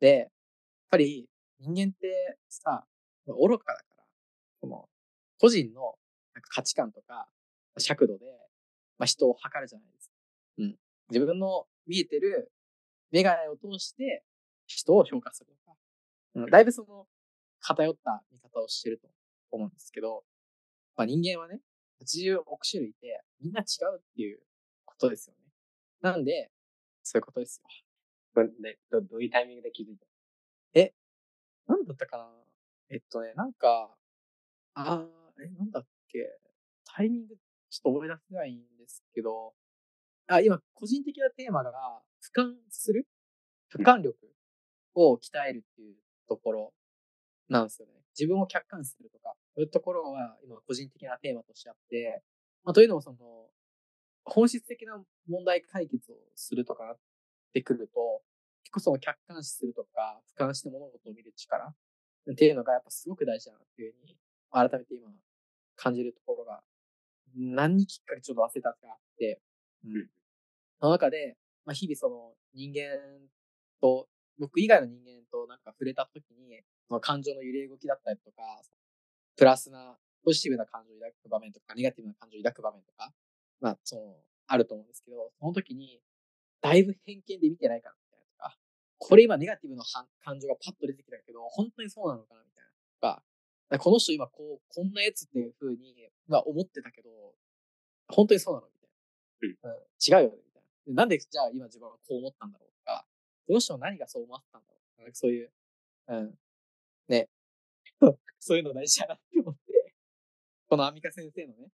Speaker 1: で、やっぱり人間ってさ、愚かだから、この個人のなんか価値観とか尺度で、まあ、人を測るじゃないですか。うん。自分の見えてる眼鏡を通して人を評価するとか、うん、だいぶその偏った見方をしてると思うんですけど、まあ、人間はね、80億種類いてみんな違うっていうことですよね。なんで、そういうことですよ。
Speaker 2: どでどどういうタイミングで気づいた
Speaker 1: なんだったかなえっとね、なんか、あー、え、なんだっけタイミング、ちょっと思い出せないんですけど、あ、今、個人的なテーマが、俯瞰する俯瞰力を鍛えるっていうところなんですよね。自分を客観視するとか、そういうところは今、個人的なテーマとしてあって、まあ、というのもその、本質的な問題解決をするとかなってくると、結構その客観視するとか、俯瞰して物事を見る力っていうのがやっぱすごく大事だなっていうふうに、改めて今感じるところが、何にきっかけちょっと忘れたってあって、
Speaker 2: うん
Speaker 1: その中で、まあ、日々その人間と、僕以外の人間となんか触れた時に、その感情の揺れ動きだったりとか、プラスな、ポジティブな感情を抱く場面とか、ネガティブな感情を抱く場面とか、まあ、その、あると思うんですけど、その時に、だいぶ偏見で見てないかな、みたいなとか、これ今ネガティブな反感情がパッと出てきたけど、本当にそうなのかなみたいな。とかだからこの人今こう、こんなやつっていう風に、まあ思ってたけど、本当にそうなのみたいな。うん違うよねみたいな。でなんでじゃあ今自分はこう思ったんだろうとか、この人は何がそう思ったんだろうとか、そういう、うん。ね。 そういうの大事だなって思って、このアンミカ先生のね、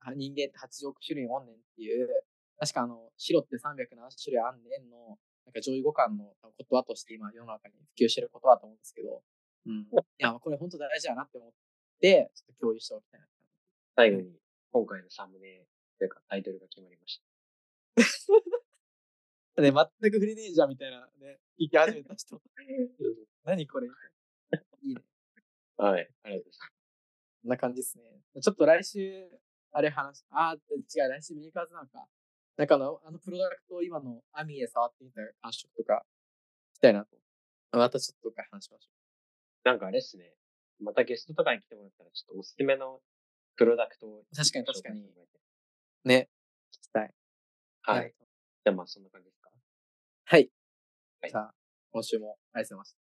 Speaker 1: あ人間って80億種類おんねんっていう、確かあの、白って307種類あんねんの、なんか上位互換の言葉として今世の中に普及してる言葉だと思うんですけど、うん。いや、これ本当大事だなって思って、ちょっと共有しておきたいな。
Speaker 2: 最後に、今回のサムネというかタイトルが決まりました。
Speaker 1: ね、全く触れねえじゃんみたいなね、聞き始めた 人。何これみたいな。いいね。
Speaker 2: はい。ありがとうございます。
Speaker 1: こんな感じですね。ちょっと来週、あれ話し、あー、違う、来週メーカーズなんか、なんかあの、あのプロダクトを今のアミエ触ってみた感触とか、したいなと。またちょっとどっかで話しましょ
Speaker 2: なんかあれですね。またゲストとかに来てもらったら、ちょっとおすすめのプロダクトを。
Speaker 1: 確かに確かに
Speaker 2: 紹介してもらいたい。
Speaker 1: う。ね。聞きたい。
Speaker 2: はい。。じゃあまあそんな感じですか。
Speaker 1: はい。
Speaker 2: はい
Speaker 1: じゃあ、今週もありがとうございました。